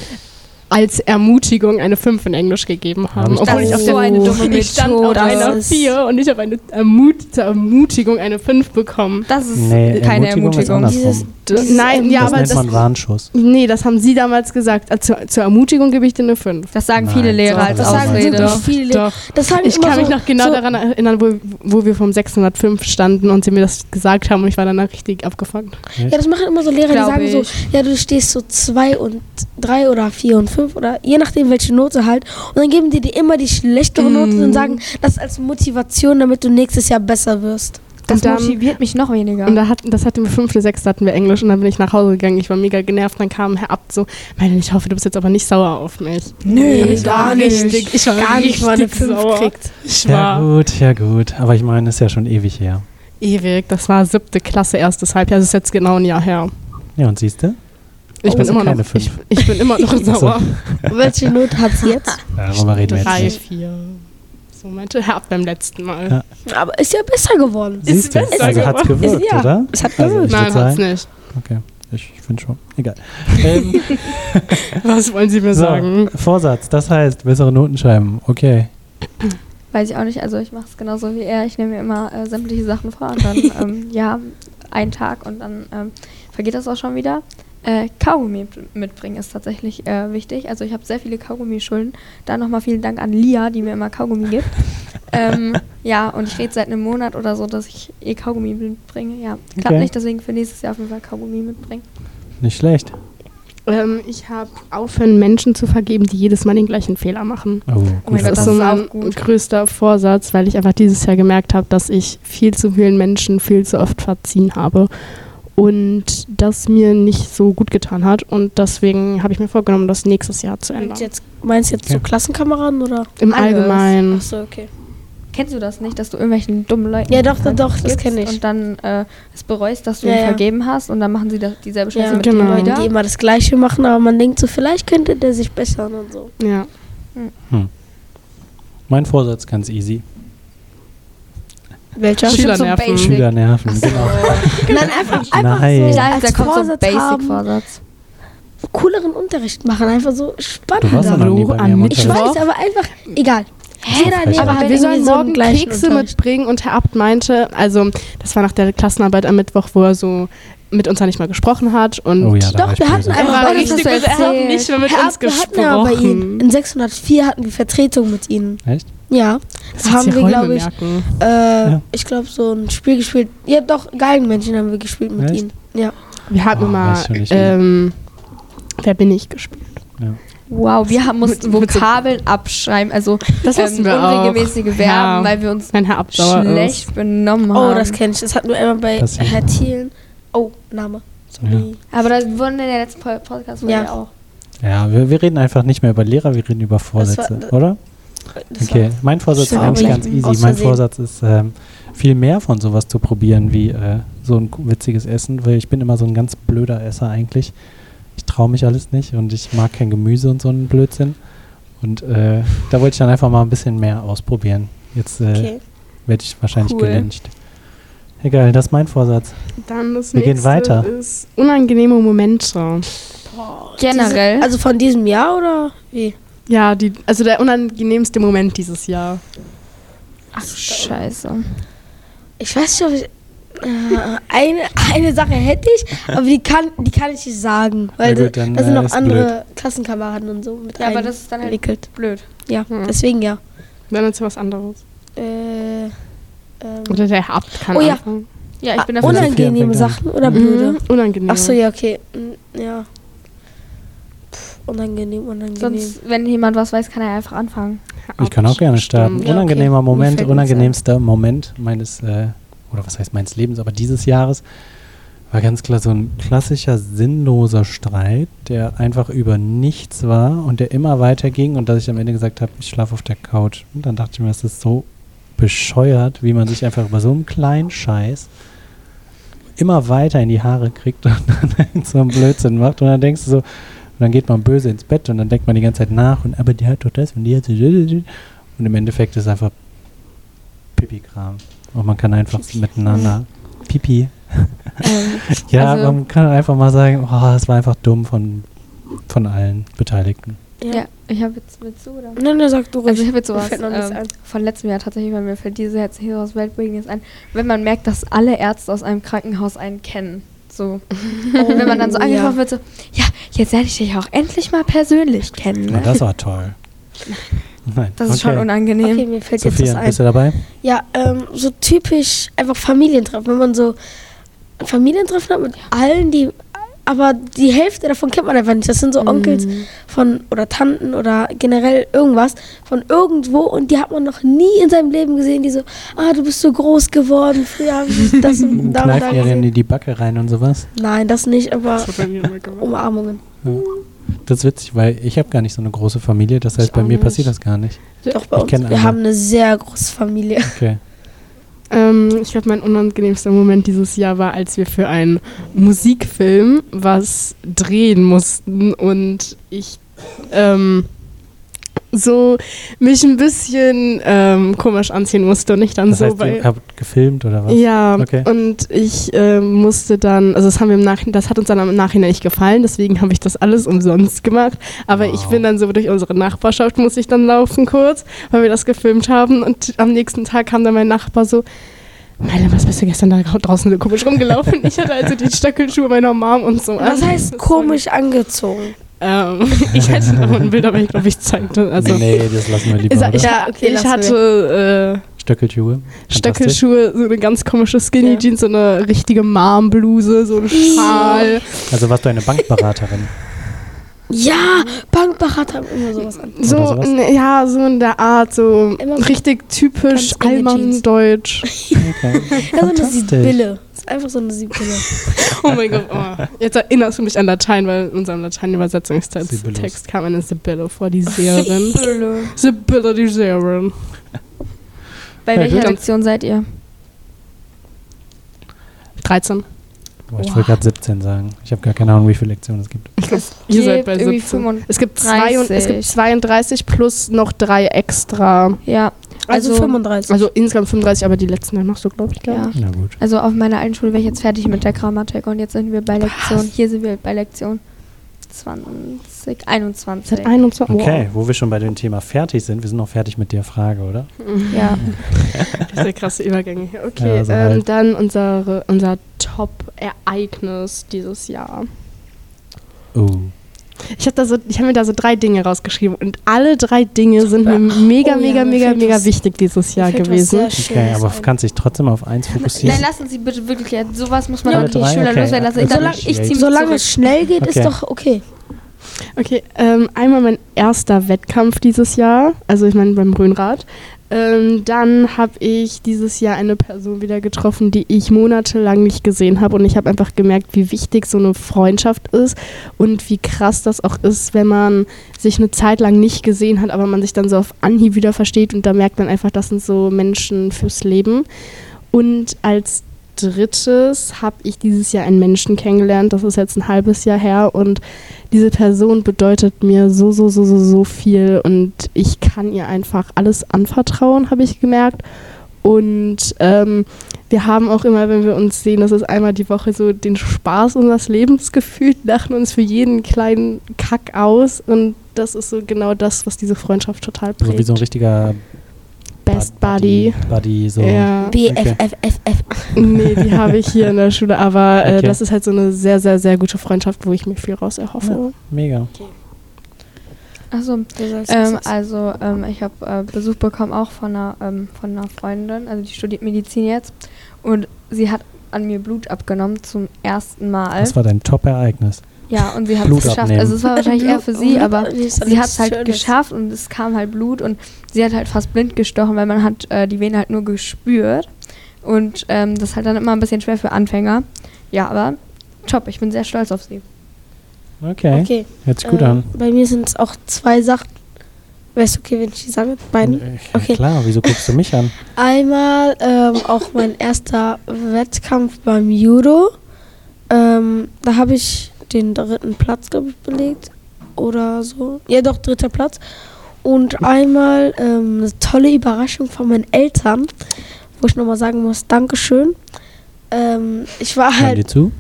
[SPEAKER 2] als Ermutigung eine 5 in Englisch gegeben haben.
[SPEAKER 1] ich
[SPEAKER 2] obwohl
[SPEAKER 1] das
[SPEAKER 2] ich auf
[SPEAKER 4] ist
[SPEAKER 2] der
[SPEAKER 4] so
[SPEAKER 3] eine dumme
[SPEAKER 2] ich stand auf
[SPEAKER 3] Methode.
[SPEAKER 2] einer
[SPEAKER 4] Das ist-
[SPEAKER 2] 4 und ich habe eine Ermut zur Ermutigung eine 5 bekommen.
[SPEAKER 3] Das ist
[SPEAKER 1] Nee,
[SPEAKER 3] keine
[SPEAKER 1] Ermutigung ist
[SPEAKER 3] Ermutigung.
[SPEAKER 1] anders.
[SPEAKER 4] Dieses,
[SPEAKER 1] Andersrum.
[SPEAKER 2] D-
[SPEAKER 4] Das-
[SPEAKER 2] Nein, ja,
[SPEAKER 1] das
[SPEAKER 2] aber
[SPEAKER 1] nennt
[SPEAKER 2] das,
[SPEAKER 1] man Warnschuss.
[SPEAKER 2] nee, das haben Sie damals gesagt. Äh, Zur, zur Ermutigung gebe ich dir eine 5.
[SPEAKER 3] Das sagen
[SPEAKER 1] Nein,
[SPEAKER 3] viele Lehrer
[SPEAKER 1] das
[SPEAKER 3] als
[SPEAKER 4] das sagen
[SPEAKER 1] Ausrede.
[SPEAKER 4] wirklich
[SPEAKER 3] Ausrede.
[SPEAKER 4] viele. Lehrer. Das habe ich
[SPEAKER 2] Ich
[SPEAKER 4] immer
[SPEAKER 2] kann
[SPEAKER 4] so,
[SPEAKER 2] mich noch genau
[SPEAKER 4] so,
[SPEAKER 2] daran erinnern, wo, wo wir vom 605 standen und sie mir das gesagt haben und ich war danach richtig abgefuckt.
[SPEAKER 4] Ja, das machen immer so Lehrer, die
[SPEAKER 3] Glaub
[SPEAKER 4] sagen so, ja, du stehst so zwei und drei oder vier und fünf oder je nachdem welche Note halt. Und dann geben die dir immer die schlechtere Note und sagen, das als Motivation, damit du nächstes Jahr besser wirst.
[SPEAKER 3] Das
[SPEAKER 2] und, dann,
[SPEAKER 3] motiviert mich noch weniger.
[SPEAKER 2] und da hatten, das hatten wir fünfte, sechste hatten wir Englisch und dann bin ich nach Hause gegangen. Ich war mega genervt. Dann kam Herr Abt so, Melanie, ich hoffe, du bist jetzt aber nicht sauer auf mich.
[SPEAKER 3] nee,
[SPEAKER 2] Ich war richtig, ich war
[SPEAKER 4] Gar nicht mal eine
[SPEAKER 2] richtig
[SPEAKER 4] fünf
[SPEAKER 2] sauer.
[SPEAKER 4] kriegt.
[SPEAKER 2] Ich
[SPEAKER 1] Ja,
[SPEAKER 2] war
[SPEAKER 1] gut, ja, gut. Aber ich meine, ist ja schon ewig her.
[SPEAKER 2] ewig. Das war siebte Klasse, erstes Halbjahr. Das ist jetzt genau ein Jahr her.
[SPEAKER 1] Ja, und siehst du?
[SPEAKER 2] Ich,
[SPEAKER 1] Oh,
[SPEAKER 2] bin
[SPEAKER 1] also
[SPEAKER 2] immer noch,
[SPEAKER 1] keine
[SPEAKER 2] ich,
[SPEAKER 1] Fünf.
[SPEAKER 2] ich bin immer noch sauer.
[SPEAKER 4] Welche Note hat sie jetzt?
[SPEAKER 1] Darüber reden wir
[SPEAKER 2] Drei,
[SPEAKER 1] jetzt nicht.
[SPEAKER 2] vier. So meinte Herr Abt beim letzten Mal.
[SPEAKER 1] Ja.
[SPEAKER 4] Aber ist ja besser geworden.
[SPEAKER 1] Siehst du?
[SPEAKER 2] besser
[SPEAKER 1] Also hat's
[SPEAKER 2] geworden.
[SPEAKER 1] gewirkt,
[SPEAKER 4] Ist- ja,
[SPEAKER 1] oder?
[SPEAKER 4] es hat
[SPEAKER 1] also, ich
[SPEAKER 4] gewirkt.
[SPEAKER 1] würd
[SPEAKER 2] Nein, hat's
[SPEAKER 1] sagen,
[SPEAKER 2] nicht.
[SPEAKER 1] Okay, ich finde schon. Egal. ähm,
[SPEAKER 2] Was wollen Sie mir
[SPEAKER 1] so,
[SPEAKER 2] sagen?
[SPEAKER 1] Vorsatz, das heißt, bessere Noten schreiben. Okay.
[SPEAKER 3] Weiß ich auch nicht. Also ich mache es genauso wie er. Ich nehme mir immer äh, sämtliche Sachen vor und dann, ähm, ja, einen Tag und dann ähm, vergeht das auch schon wieder. Äh, Kaugummi mit- mitbringen ist tatsächlich äh, wichtig. Also ich habe sehr viele Kaugummischulden. Da nochmal vielen Dank an Lia, die mir immer Kaugummi gibt. ähm, ja, und ich rede seit einem Monat oder so, dass ich ihr Kaugummi mitbringe. Ja, klappt
[SPEAKER 1] Okay.
[SPEAKER 3] nicht, deswegen für nächstes Jahr auf jeden Fall Kaugummi mitbringen.
[SPEAKER 1] Nicht schlecht.
[SPEAKER 2] Ähm, ich habe aufhören, Menschen zu vergeben, die jedes Mal den gleichen Fehler machen.
[SPEAKER 1] Oh, gut.
[SPEAKER 3] mein
[SPEAKER 2] Das
[SPEAKER 3] Gott,
[SPEAKER 2] ist
[SPEAKER 1] das
[SPEAKER 2] so
[SPEAKER 3] ist
[SPEAKER 2] mein
[SPEAKER 3] auch gut.
[SPEAKER 2] größter Vorsatz, weil ich einfach dieses Jahr gemerkt habe, dass ich viel zu vielen Menschen viel zu oft verziehen habe und das mir nicht so gut getan hat. Und deswegen habe ich mir vorgenommen, das nächstes Jahr zu ändern.
[SPEAKER 4] Meinst du jetzt, meinst du jetzt so
[SPEAKER 1] Okay.
[SPEAKER 4] Klassenkameraden oder?
[SPEAKER 2] Im
[SPEAKER 3] Alles.
[SPEAKER 2] Allgemeinen.
[SPEAKER 4] Achso, okay.
[SPEAKER 3] Kennst du das nicht, dass du irgendwelchen dummen Leuten
[SPEAKER 4] Ja, doch, doch,
[SPEAKER 3] einfach
[SPEAKER 4] doch, das
[SPEAKER 3] gibst
[SPEAKER 4] kenn ich.
[SPEAKER 3] Und dann äh, es bereust, dass du
[SPEAKER 4] Ja,
[SPEAKER 3] ihn
[SPEAKER 4] ja.
[SPEAKER 3] vergeben hast und dann machen sie das, dieselbe Scheiße
[SPEAKER 4] Ja,
[SPEAKER 3] mit
[SPEAKER 2] genau.
[SPEAKER 3] dir
[SPEAKER 4] Leute,
[SPEAKER 3] wieder.
[SPEAKER 4] die immer das Gleiche machen, aber man denkt so, vielleicht könnte der sich bessern und so.
[SPEAKER 2] Ja.
[SPEAKER 1] mein Vorsatz ganz easy.
[SPEAKER 4] Welcher?
[SPEAKER 3] Bestimmt
[SPEAKER 2] Schüler
[SPEAKER 3] so
[SPEAKER 2] nerven.
[SPEAKER 3] basic.
[SPEAKER 1] Schüler nerven, genau.
[SPEAKER 4] Nein, einfach, einfach
[SPEAKER 1] Nein.
[SPEAKER 4] so
[SPEAKER 3] Nein, da
[SPEAKER 4] als
[SPEAKER 3] kommt so ein
[SPEAKER 4] Vorsatz haben,
[SPEAKER 3] Basic-Vorsatz.
[SPEAKER 4] cooleren Unterricht machen, einfach so
[SPEAKER 1] Du warst ja
[SPEAKER 4] spannender.
[SPEAKER 1] noch nie bei
[SPEAKER 2] Hallo an
[SPEAKER 1] mir im
[SPEAKER 2] mich.
[SPEAKER 4] Ich
[SPEAKER 1] Unterricht.
[SPEAKER 4] weiß, aber einfach, egal. Jeder
[SPEAKER 1] Aber
[SPEAKER 4] Lehrer
[SPEAKER 1] wir
[SPEAKER 4] hat
[SPEAKER 2] wir sollen
[SPEAKER 4] irgendwie so einen
[SPEAKER 2] morgen
[SPEAKER 4] gleichen
[SPEAKER 2] Kekse
[SPEAKER 4] Unterricht.
[SPEAKER 2] mitbringen und Herr Abt meinte, also das war nach der Klassenarbeit am Mittwoch, wo er so mit uns ja nicht mal gesprochen hat und
[SPEAKER 1] Oh ja, da
[SPEAKER 4] Doch,
[SPEAKER 1] war ich
[SPEAKER 4] wir hatten
[SPEAKER 1] böse.
[SPEAKER 4] einen-
[SPEAKER 2] Er war
[SPEAKER 3] Aber das
[SPEAKER 2] richtig
[SPEAKER 3] hast du
[SPEAKER 2] böse. Er hat
[SPEAKER 3] erzählt.
[SPEAKER 2] nicht mehr mit
[SPEAKER 4] Herr
[SPEAKER 2] uns
[SPEAKER 4] Abt, wir hatten aber bei Ihnen,
[SPEAKER 2] gesprochen.
[SPEAKER 4] in 604 hatten wir Vertretung mit Ihnen.
[SPEAKER 1] Echt?
[SPEAKER 4] Ja, da haben wir, glaube ich, äh,
[SPEAKER 1] Ja.
[SPEAKER 4] ich glaube, so ein Spiel gespielt. Ja, doch, Geigenmännchen haben wir gespielt mit
[SPEAKER 1] Echt?
[SPEAKER 4] Ihnen. Ja.
[SPEAKER 2] Wir hatten
[SPEAKER 1] Oh,
[SPEAKER 2] mal,
[SPEAKER 1] weiß ich nicht mehr.
[SPEAKER 2] ähm, wer bin ich gespielt.
[SPEAKER 1] Ja.
[SPEAKER 3] Wow, wir haben, mussten
[SPEAKER 2] Mit- mit so-
[SPEAKER 3] Vokabeln abschreiben, also
[SPEAKER 2] Das mussten wir auch.
[SPEAKER 3] unregelmäßige Verben,
[SPEAKER 2] Ja.
[SPEAKER 3] weil wir uns
[SPEAKER 2] Mein Herr Abdauer
[SPEAKER 3] schlecht
[SPEAKER 2] ist.
[SPEAKER 3] benommen
[SPEAKER 1] Ähm,
[SPEAKER 3] haben.
[SPEAKER 4] Oh, das kenne ich. Das hatten wir einmal bei
[SPEAKER 1] Passiert.
[SPEAKER 4] Herr Thielen. Oh, Name. Sorry.
[SPEAKER 3] Aber das wurden wir in der letzten Po- Podcast-Folge
[SPEAKER 4] Ja.
[SPEAKER 3] ja. auch.
[SPEAKER 1] Ja, wir, wir reden einfach nicht mehr über Lehrer, wir reden über
[SPEAKER 4] Das war-
[SPEAKER 1] Vorsätze, oder?
[SPEAKER 4] Das
[SPEAKER 1] Okay, mein Vorsatz ist
[SPEAKER 4] Schau,
[SPEAKER 1] eigentlich
[SPEAKER 4] aber
[SPEAKER 1] ganz
[SPEAKER 4] ich-
[SPEAKER 1] easy.
[SPEAKER 4] aus
[SPEAKER 1] Mein
[SPEAKER 4] Versehen.
[SPEAKER 1] Vorsatz ist, ähm, viel mehr von sowas zu probieren wie äh, so ein witziges Essen, weil ich bin immer so ein ganz blöder Esser eigentlich. Ich traue mich alles nicht und ich mag kein Gemüse und so einen Blödsinn. Und äh, da wollte ich dann einfach mal ein bisschen mehr ausprobieren. Jetzt äh,
[SPEAKER 4] War, okay.
[SPEAKER 1] werde ich wahrscheinlich
[SPEAKER 3] Cool.
[SPEAKER 1] gelyncht. Egal, das ist mein Vorsatz.
[SPEAKER 2] Dann das
[SPEAKER 1] Wir gehen
[SPEAKER 2] nächste
[SPEAKER 1] weiter.
[SPEAKER 2] ist unangenehme Momente.
[SPEAKER 3] Generell.
[SPEAKER 4] Diese, also von diesem Jahr oder wie?
[SPEAKER 2] Ja, die, also der unangenehmste Moment dieses Jahr.
[SPEAKER 3] Ach, scheiße.
[SPEAKER 4] Ich weiß nicht, ob ich. Äh, eine, eine Sache hätte ich, aber die kann, die kann ich nicht sagen. Weil
[SPEAKER 1] Na
[SPEAKER 4] da
[SPEAKER 1] gut, dann,
[SPEAKER 4] da sind
[SPEAKER 1] äh,
[SPEAKER 4] noch
[SPEAKER 1] ist
[SPEAKER 4] andere Klassenkameraden und so mit
[SPEAKER 3] Ja, aber das ist dann halt
[SPEAKER 4] entwickelt.
[SPEAKER 3] blöd.
[SPEAKER 4] Ja,
[SPEAKER 2] Hm.
[SPEAKER 4] deswegen ja.
[SPEAKER 2] Dann jetzt was anderes.
[SPEAKER 4] Äh, ähm,
[SPEAKER 2] Oder der Herr Abt kann
[SPEAKER 4] Oh ja.
[SPEAKER 2] anfangen.
[SPEAKER 3] Ja, ich bin
[SPEAKER 4] ah,
[SPEAKER 3] dafür.
[SPEAKER 1] Sophia
[SPEAKER 4] unangenehme
[SPEAKER 1] Also, fängt an.
[SPEAKER 4] Sachen oder blöde?
[SPEAKER 2] Mhm, Unangenehm.
[SPEAKER 4] Achso, ja, okay. Mm, Ja. Pff, unangenehm, unangenehm.
[SPEAKER 3] Sonst, wenn jemand was weiß, kann er einfach anfangen.
[SPEAKER 1] Ich kann auch gerne starten.
[SPEAKER 4] Ja, okay.
[SPEAKER 1] Unangenehmer
[SPEAKER 4] Mir
[SPEAKER 1] Moment,
[SPEAKER 4] fällt nichts
[SPEAKER 1] unangenehmster Moment meines, äh, oder was heißt meines Lebens, aber dieses Jahres war ganz klar so ein klassischer, sinnloser Streit, der einfach über nichts war und der immer weiterging und dass ich am Ende gesagt habe, ich schlafe auf der Couch. Und dann dachte ich mir, das ist so bescheuert, wie man sich einfach über so einen kleinen Scheiß immer weiter in die Haare kriegt und dann so einen Blödsinn macht und dann denkst du so, und dann geht man böse ins Bett und dann denkt man die ganze Zeit nach und aber die hat doch das und die hat und im Endeffekt ist es einfach Pipi-Kram. Und man kann einfach miteinander Pipi.
[SPEAKER 3] Ähm,
[SPEAKER 1] Ja,
[SPEAKER 3] Also-
[SPEAKER 1] man kann einfach mal sagen, oh, es war einfach dumm von, von allen Beteiligten.
[SPEAKER 3] ja. ich habe jetzt mit zu, oder?
[SPEAKER 4] Nein, nein, sag du ruhig.
[SPEAKER 3] Also ich habe jetzt
[SPEAKER 4] Mir
[SPEAKER 3] sowas
[SPEAKER 4] fällt noch nichts
[SPEAKER 3] ähm,
[SPEAKER 4] ein.
[SPEAKER 3] von letztem Jahr tatsächlich, weil mir fällt diese jetzt hier aus Weltbegegnung ein, wenn man merkt, dass alle Ärzte aus einem Krankenhaus einen kennen. So. Und wenn man dann so
[SPEAKER 4] Oh,
[SPEAKER 3] angesprochen
[SPEAKER 4] ja.
[SPEAKER 3] wird, so, ja, jetzt lerne ich dich auch endlich mal persönlich kennen.
[SPEAKER 1] Ja,
[SPEAKER 3] Ne?
[SPEAKER 1] das war toll. Nein.
[SPEAKER 3] Das ist schon unangenehm.
[SPEAKER 4] Okay, mir fällt jetzt
[SPEAKER 1] Sophia,
[SPEAKER 4] was
[SPEAKER 1] bist
[SPEAKER 4] ein.
[SPEAKER 1] du dabei?
[SPEAKER 4] Ja, ähm, so typisch einfach Familientreffen. Wenn man so ein Familientreffen hat mit allen, die. Aber die Hälfte davon kennt man einfach nicht. Das sind so Onkels
[SPEAKER 2] Mhm.
[SPEAKER 4] von oder Tanten oder generell irgendwas von irgendwo und die hat man noch nie in seinem Leben gesehen, die so, ah, du bist so groß geworden, früher habe ich das und da und da
[SPEAKER 1] Kneift ihr denn
[SPEAKER 4] gesehen.
[SPEAKER 1] in die Backe rein und sowas?
[SPEAKER 4] Nein, das nicht, aber
[SPEAKER 2] Das hat bei mir immer
[SPEAKER 4] Oh,
[SPEAKER 2] gemacht.
[SPEAKER 4] Umarmungen.
[SPEAKER 1] Das ist witzig, weil ich habe gar nicht so eine große Familie, das heißt,
[SPEAKER 2] Ich
[SPEAKER 1] bei
[SPEAKER 2] auch
[SPEAKER 1] mir
[SPEAKER 2] nicht.
[SPEAKER 1] passiert das gar nicht.
[SPEAKER 4] Doch bei
[SPEAKER 1] Ich
[SPEAKER 4] uns.
[SPEAKER 1] kenn
[SPEAKER 4] Wir
[SPEAKER 1] eine.
[SPEAKER 4] haben eine sehr große Familie.
[SPEAKER 1] Okay.
[SPEAKER 2] Ähm, ich glaube, mein unangenehmster Moment dieses Jahr war, als wir für einen Musikfilm was drehen mussten und ich ähm, so mich ein bisschen ähm, komisch anziehen musste und ich dann
[SPEAKER 1] Das
[SPEAKER 2] so
[SPEAKER 1] heißt,
[SPEAKER 2] bei
[SPEAKER 1] ihr habt gefilmt oder was?
[SPEAKER 2] ja
[SPEAKER 1] Okay.
[SPEAKER 2] und ich ähm, musste dann also das haben wir im Nachhinein das hat uns dann im Nachhinein nicht gefallen deswegen habe ich das alles umsonst gemacht aber ich
[SPEAKER 1] Wow.
[SPEAKER 2] bin dann so durch unsere Nachbarschaft muss ich dann laufen kurz weil wir das gefilmt haben und am nächsten Tag kam dann mein Nachbar so Meile, was bist du gestern da draußen so komisch rumgelaufen? Ich hatte also die Stöckelschuhe meiner Mom und so.
[SPEAKER 4] Was
[SPEAKER 2] an.
[SPEAKER 4] heißt
[SPEAKER 2] Das war-
[SPEAKER 4] komisch angezogen?
[SPEAKER 2] Ähm, ich hätte noch ein Bild, aber ich glaube, ich zeigte. Also,
[SPEAKER 1] nee, das lassen wir lieber.
[SPEAKER 2] ich,
[SPEAKER 1] oder?
[SPEAKER 2] ich,
[SPEAKER 4] Ja, okay,
[SPEAKER 2] ich
[SPEAKER 4] lassen
[SPEAKER 2] hatte äh,
[SPEAKER 1] Stöckelschuhe. Fantastisch.
[SPEAKER 2] Stöckelschuhe, so eine ganz komische Skinny
[SPEAKER 4] Ja.
[SPEAKER 2] Jeans, so eine richtige Marmbluse, so ein Schal.
[SPEAKER 1] Also warst du eine Bankberaterin.
[SPEAKER 4] Ja, Bankberater haben immer sowas an.
[SPEAKER 1] Oder
[SPEAKER 2] So,
[SPEAKER 1] sowas?
[SPEAKER 2] in, ja, so in der Art, so
[SPEAKER 4] Immer so
[SPEAKER 2] richtig typisch
[SPEAKER 4] ganz Skinny Jeans.
[SPEAKER 2] Allmann-Deutsch.
[SPEAKER 1] Okay.
[SPEAKER 4] Ja, so eine
[SPEAKER 1] Fantastisch. Also
[SPEAKER 4] Sibylle. Das ist einfach so eine Sibylle.
[SPEAKER 2] Oh mein Gott, oh. jetzt erinnerst du mich an Latein, weil in unserem Latein-Übersetzungstext
[SPEAKER 1] Sibyllus.
[SPEAKER 2] Text kam eine Sibylle vor, die Seherin.
[SPEAKER 3] Blö.
[SPEAKER 2] Sibylle, die Seherin.
[SPEAKER 3] Bei
[SPEAKER 1] Ja,
[SPEAKER 3] welcher
[SPEAKER 1] gut.
[SPEAKER 3] Lektion seid ihr?
[SPEAKER 2] 13.
[SPEAKER 1] Boah, ich wollte gerade 17 sagen. Ich habe gar keine Ahnung, wie viele Lektionen es gibt.
[SPEAKER 2] Ich glaub, ihr seid
[SPEAKER 3] Gebt
[SPEAKER 2] bei
[SPEAKER 3] irgendwie
[SPEAKER 2] 17.
[SPEAKER 3] 35.
[SPEAKER 2] Es gibt, zwei und, es gibt 32 plus noch drei extra.
[SPEAKER 3] Ja,
[SPEAKER 4] Also,
[SPEAKER 3] Also-
[SPEAKER 4] 35.
[SPEAKER 2] Also insgesamt 35, aber die letzten dann noch so, glaube ich. glaub.
[SPEAKER 3] ja.
[SPEAKER 1] Na gut.
[SPEAKER 3] Also auf meiner alten Schule wäre ich jetzt fertig mit der Grammatik und jetzt sind wir bei Lektion. Hier sind wir bei Lektion 20, 21.
[SPEAKER 2] Seit 21
[SPEAKER 1] Okay, wo wir schon bei dem Thema fertig sind, wir sind noch fertig mit der Frage, oder?
[SPEAKER 3] Ja.
[SPEAKER 2] Diese krasse Übergänge hier. Okay,
[SPEAKER 1] Ja, so
[SPEAKER 2] ähm,
[SPEAKER 1] halt.
[SPEAKER 2] dann unsere, unser Top-Ereignis dieses Jahr.
[SPEAKER 1] Oh.
[SPEAKER 2] Ich habe so, ich hab mir da so drei Dinge rausgeschrieben und alle drei Dinge sind mir mega,
[SPEAKER 4] Oh
[SPEAKER 2] mega,
[SPEAKER 4] ja, mir
[SPEAKER 2] mega,
[SPEAKER 4] fehlt
[SPEAKER 2] mega
[SPEAKER 4] was-
[SPEAKER 2] wichtig dieses Jahr
[SPEAKER 4] Mir fällt was
[SPEAKER 2] gewesen.
[SPEAKER 4] sehr Schönes
[SPEAKER 1] Okay, aber
[SPEAKER 4] ein.
[SPEAKER 1] kannst dich trotzdem auf eins
[SPEAKER 3] Nein,
[SPEAKER 1] fokussieren.
[SPEAKER 3] lass uns die bitte wirklich jetzt. Sowas muss man
[SPEAKER 1] Alle
[SPEAKER 3] doch die
[SPEAKER 1] drei?
[SPEAKER 3] Schüler
[SPEAKER 1] Okay.
[SPEAKER 3] loswerden lassen. Ich,
[SPEAKER 1] Also
[SPEAKER 3] sag, ich
[SPEAKER 1] ich-
[SPEAKER 3] ziehe mich
[SPEAKER 4] Solange
[SPEAKER 3] zurück.
[SPEAKER 4] es schnell geht,
[SPEAKER 1] Okay.
[SPEAKER 4] ist doch okay.
[SPEAKER 2] Okay, ähm, einmal mein erster Wettkampf dieses Jahr, also ich meine beim Rhönrad. Ähm, dann habe ich dieses Jahr eine Person wieder getroffen, die ich monatelang nicht gesehen habe und ich habe einfach gemerkt, wie wichtig so eine Freundschaft ist und wie krass das auch ist, wenn man sich eine Zeit lang nicht gesehen hat, aber man sich dann so auf Anhieb wieder versteht und da merkt man einfach, das sind so Menschen fürs Leben. Und als drittes habe ich dieses Jahr einen Menschen kennengelernt. Das ist jetzt ein halbes Jahr her und diese Person bedeutet mir so, so, so, so, so viel und ich kann ihr einfach alles anvertrauen, habe ich gemerkt. Und ähm, wir haben auch immer, wenn wir uns sehen, das ist einmal die Woche so den Spaß unseres Lebens gefühlt, lachen uns für jeden kleinen Kack aus und das ist so genau das, was diese Freundschaft total
[SPEAKER 1] So
[SPEAKER 2] prägt.
[SPEAKER 1] Also wie so ein richtiger
[SPEAKER 2] Best Buddy.
[SPEAKER 1] Buddy, so.
[SPEAKER 2] Ja.
[SPEAKER 4] BFFFF.
[SPEAKER 2] Nee, die habe ich hier in der Schule, aber äh,
[SPEAKER 1] Okay.
[SPEAKER 2] das ist halt so eine sehr, sehr, sehr gute Freundschaft, wo ich mir viel raus erhoffe.
[SPEAKER 1] Mega.
[SPEAKER 3] Achso, ähm, also ähm, ich habe äh, Besuch bekommen auch von einer, ähm, von einer Freundin, also die studiert Medizin jetzt und sie hat an mir Blut abgenommen zum ersten Mal.
[SPEAKER 1] Das war dein Top-Ereignis.
[SPEAKER 3] Ja, und sie hat
[SPEAKER 1] Blut
[SPEAKER 3] es geschafft.
[SPEAKER 1] abnehmen.
[SPEAKER 3] Also es war wahrscheinlich eher für sie, aber sie hat es halt
[SPEAKER 4] geschafft.
[SPEAKER 3] geschafft und es kam halt Blut und sie hat halt fast blind gestochen, weil man hat äh, die Vene halt nur gespürt und ähm, das ist halt dann immer ein bisschen schwer für Anfänger. Ja, aber top, ich bin sehr stolz auf sie.
[SPEAKER 1] Okay,
[SPEAKER 4] Okay.
[SPEAKER 1] hört sich gut
[SPEAKER 4] äh,
[SPEAKER 1] an.
[SPEAKER 4] Bei mir sind es auch zwei Sachen. Wär's okay, wenn ich die sage? Beiden?
[SPEAKER 1] Ja,
[SPEAKER 4] okay.
[SPEAKER 1] Klar, wieso guckst du mich an?
[SPEAKER 4] Einmal ähm, auch mein erster Wettkampf beim Judo. Ähm, da habe ich den dritten Platz glaub ich, belegt oder so. Ja, doch, dritter Platz. Und einmal ähm, eine tolle Überraschung von meinen Eltern, wo ich nochmal sagen muss, Dankeschön. Ähm, ich war
[SPEAKER 1] Hören
[SPEAKER 4] halt,
[SPEAKER 1] dir zu?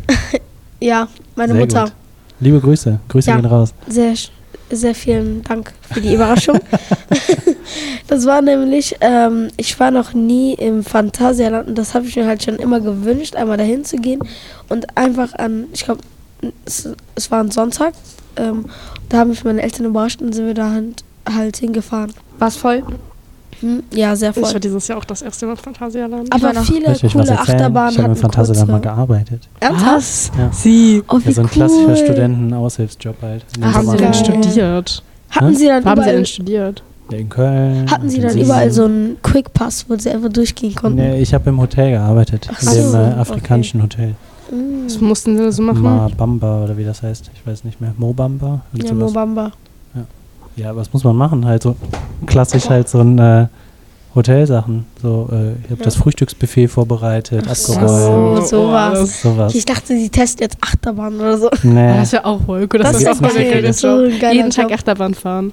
[SPEAKER 4] ja, meine
[SPEAKER 1] Sehr
[SPEAKER 4] Mutter.
[SPEAKER 1] gut. Liebe Grüße. Grüße
[SPEAKER 4] Ja.
[SPEAKER 1] gehen raus.
[SPEAKER 4] Sehr, sch- sehr vielen Dank für die Überraschung. das war nämlich, ähm, ich war noch nie im Phantasialand und das habe ich mir halt schon immer gewünscht, einmal dahin zu gehen und einfach an, ich glaube, es, es war ein Sonntag, ähm, da haben mich meine Eltern überrascht und sind wir da halt, halt hingefahren.
[SPEAKER 3] War es voll?
[SPEAKER 4] Hm? Ja, sehr
[SPEAKER 2] Ich war
[SPEAKER 4] voll.
[SPEAKER 2] dieses Jahr auch das erste Mal Phantasialand.
[SPEAKER 3] ich war
[SPEAKER 4] Aber
[SPEAKER 3] noch-
[SPEAKER 4] viele
[SPEAKER 1] Soll ich euch was
[SPEAKER 4] coole
[SPEAKER 1] erzählen?
[SPEAKER 4] Achterbahnen
[SPEAKER 1] ich habe im
[SPEAKER 4] hatten
[SPEAKER 1] Phantasialand mal
[SPEAKER 4] kurze.
[SPEAKER 1] gearbeitet.
[SPEAKER 2] Was?
[SPEAKER 1] Ja.
[SPEAKER 2] Sie.
[SPEAKER 4] Oh, wie
[SPEAKER 1] Ja, so ein
[SPEAKER 4] cool.
[SPEAKER 1] klassischer Studenten-Aushilfsjob halt. In den
[SPEAKER 4] Ach,
[SPEAKER 2] Haben Sie denn
[SPEAKER 4] Geil.
[SPEAKER 1] Sommerferien.
[SPEAKER 2] studiert?
[SPEAKER 4] Hatten sie dann
[SPEAKER 2] Haben Sie
[SPEAKER 4] überall,
[SPEAKER 2] denn studiert?
[SPEAKER 1] In Köln.
[SPEAKER 4] hatten sie
[SPEAKER 1] in
[SPEAKER 4] dann
[SPEAKER 1] Siegen.
[SPEAKER 4] überall so einen Quickpass, wo sie einfach durchgehen konnten?
[SPEAKER 1] Nee, ich habe im Hotel gearbeitet.
[SPEAKER 4] Ach
[SPEAKER 1] in
[SPEAKER 4] so,
[SPEAKER 1] dem äh,
[SPEAKER 4] okay.
[SPEAKER 1] afrikanischen Hotel.
[SPEAKER 4] Mm.
[SPEAKER 2] Was mussten Sie so machen?
[SPEAKER 1] Mabamba oder wie das heißt. Ich weiß nicht mehr. Mobamba? Irgend
[SPEAKER 4] Ja,
[SPEAKER 1] sowas.
[SPEAKER 4] Mobamba.
[SPEAKER 1] Ja, was muss man machen? Halt so klassisch halt so ein äh, Hotelsachen. So, äh, ich habe das Frühstücksbuffet vorbereitet,
[SPEAKER 4] so.
[SPEAKER 1] abgeräumt,
[SPEAKER 4] Oh, sowas.
[SPEAKER 1] sowas.
[SPEAKER 4] Ich dachte, sie testen jetzt Achterbahn oder so.
[SPEAKER 2] Ah,
[SPEAKER 1] Nee.
[SPEAKER 2] das ist ja auch wohl gut. Das,
[SPEAKER 1] Das
[SPEAKER 2] ist
[SPEAKER 1] ist
[SPEAKER 2] auch mal
[SPEAKER 1] geil.
[SPEAKER 2] der geile
[SPEAKER 1] Das
[SPEAKER 4] ist so ein
[SPEAKER 2] Job.
[SPEAKER 4] geiler
[SPEAKER 2] Jeden Tag
[SPEAKER 4] Job.
[SPEAKER 2] Achterbahn fahren.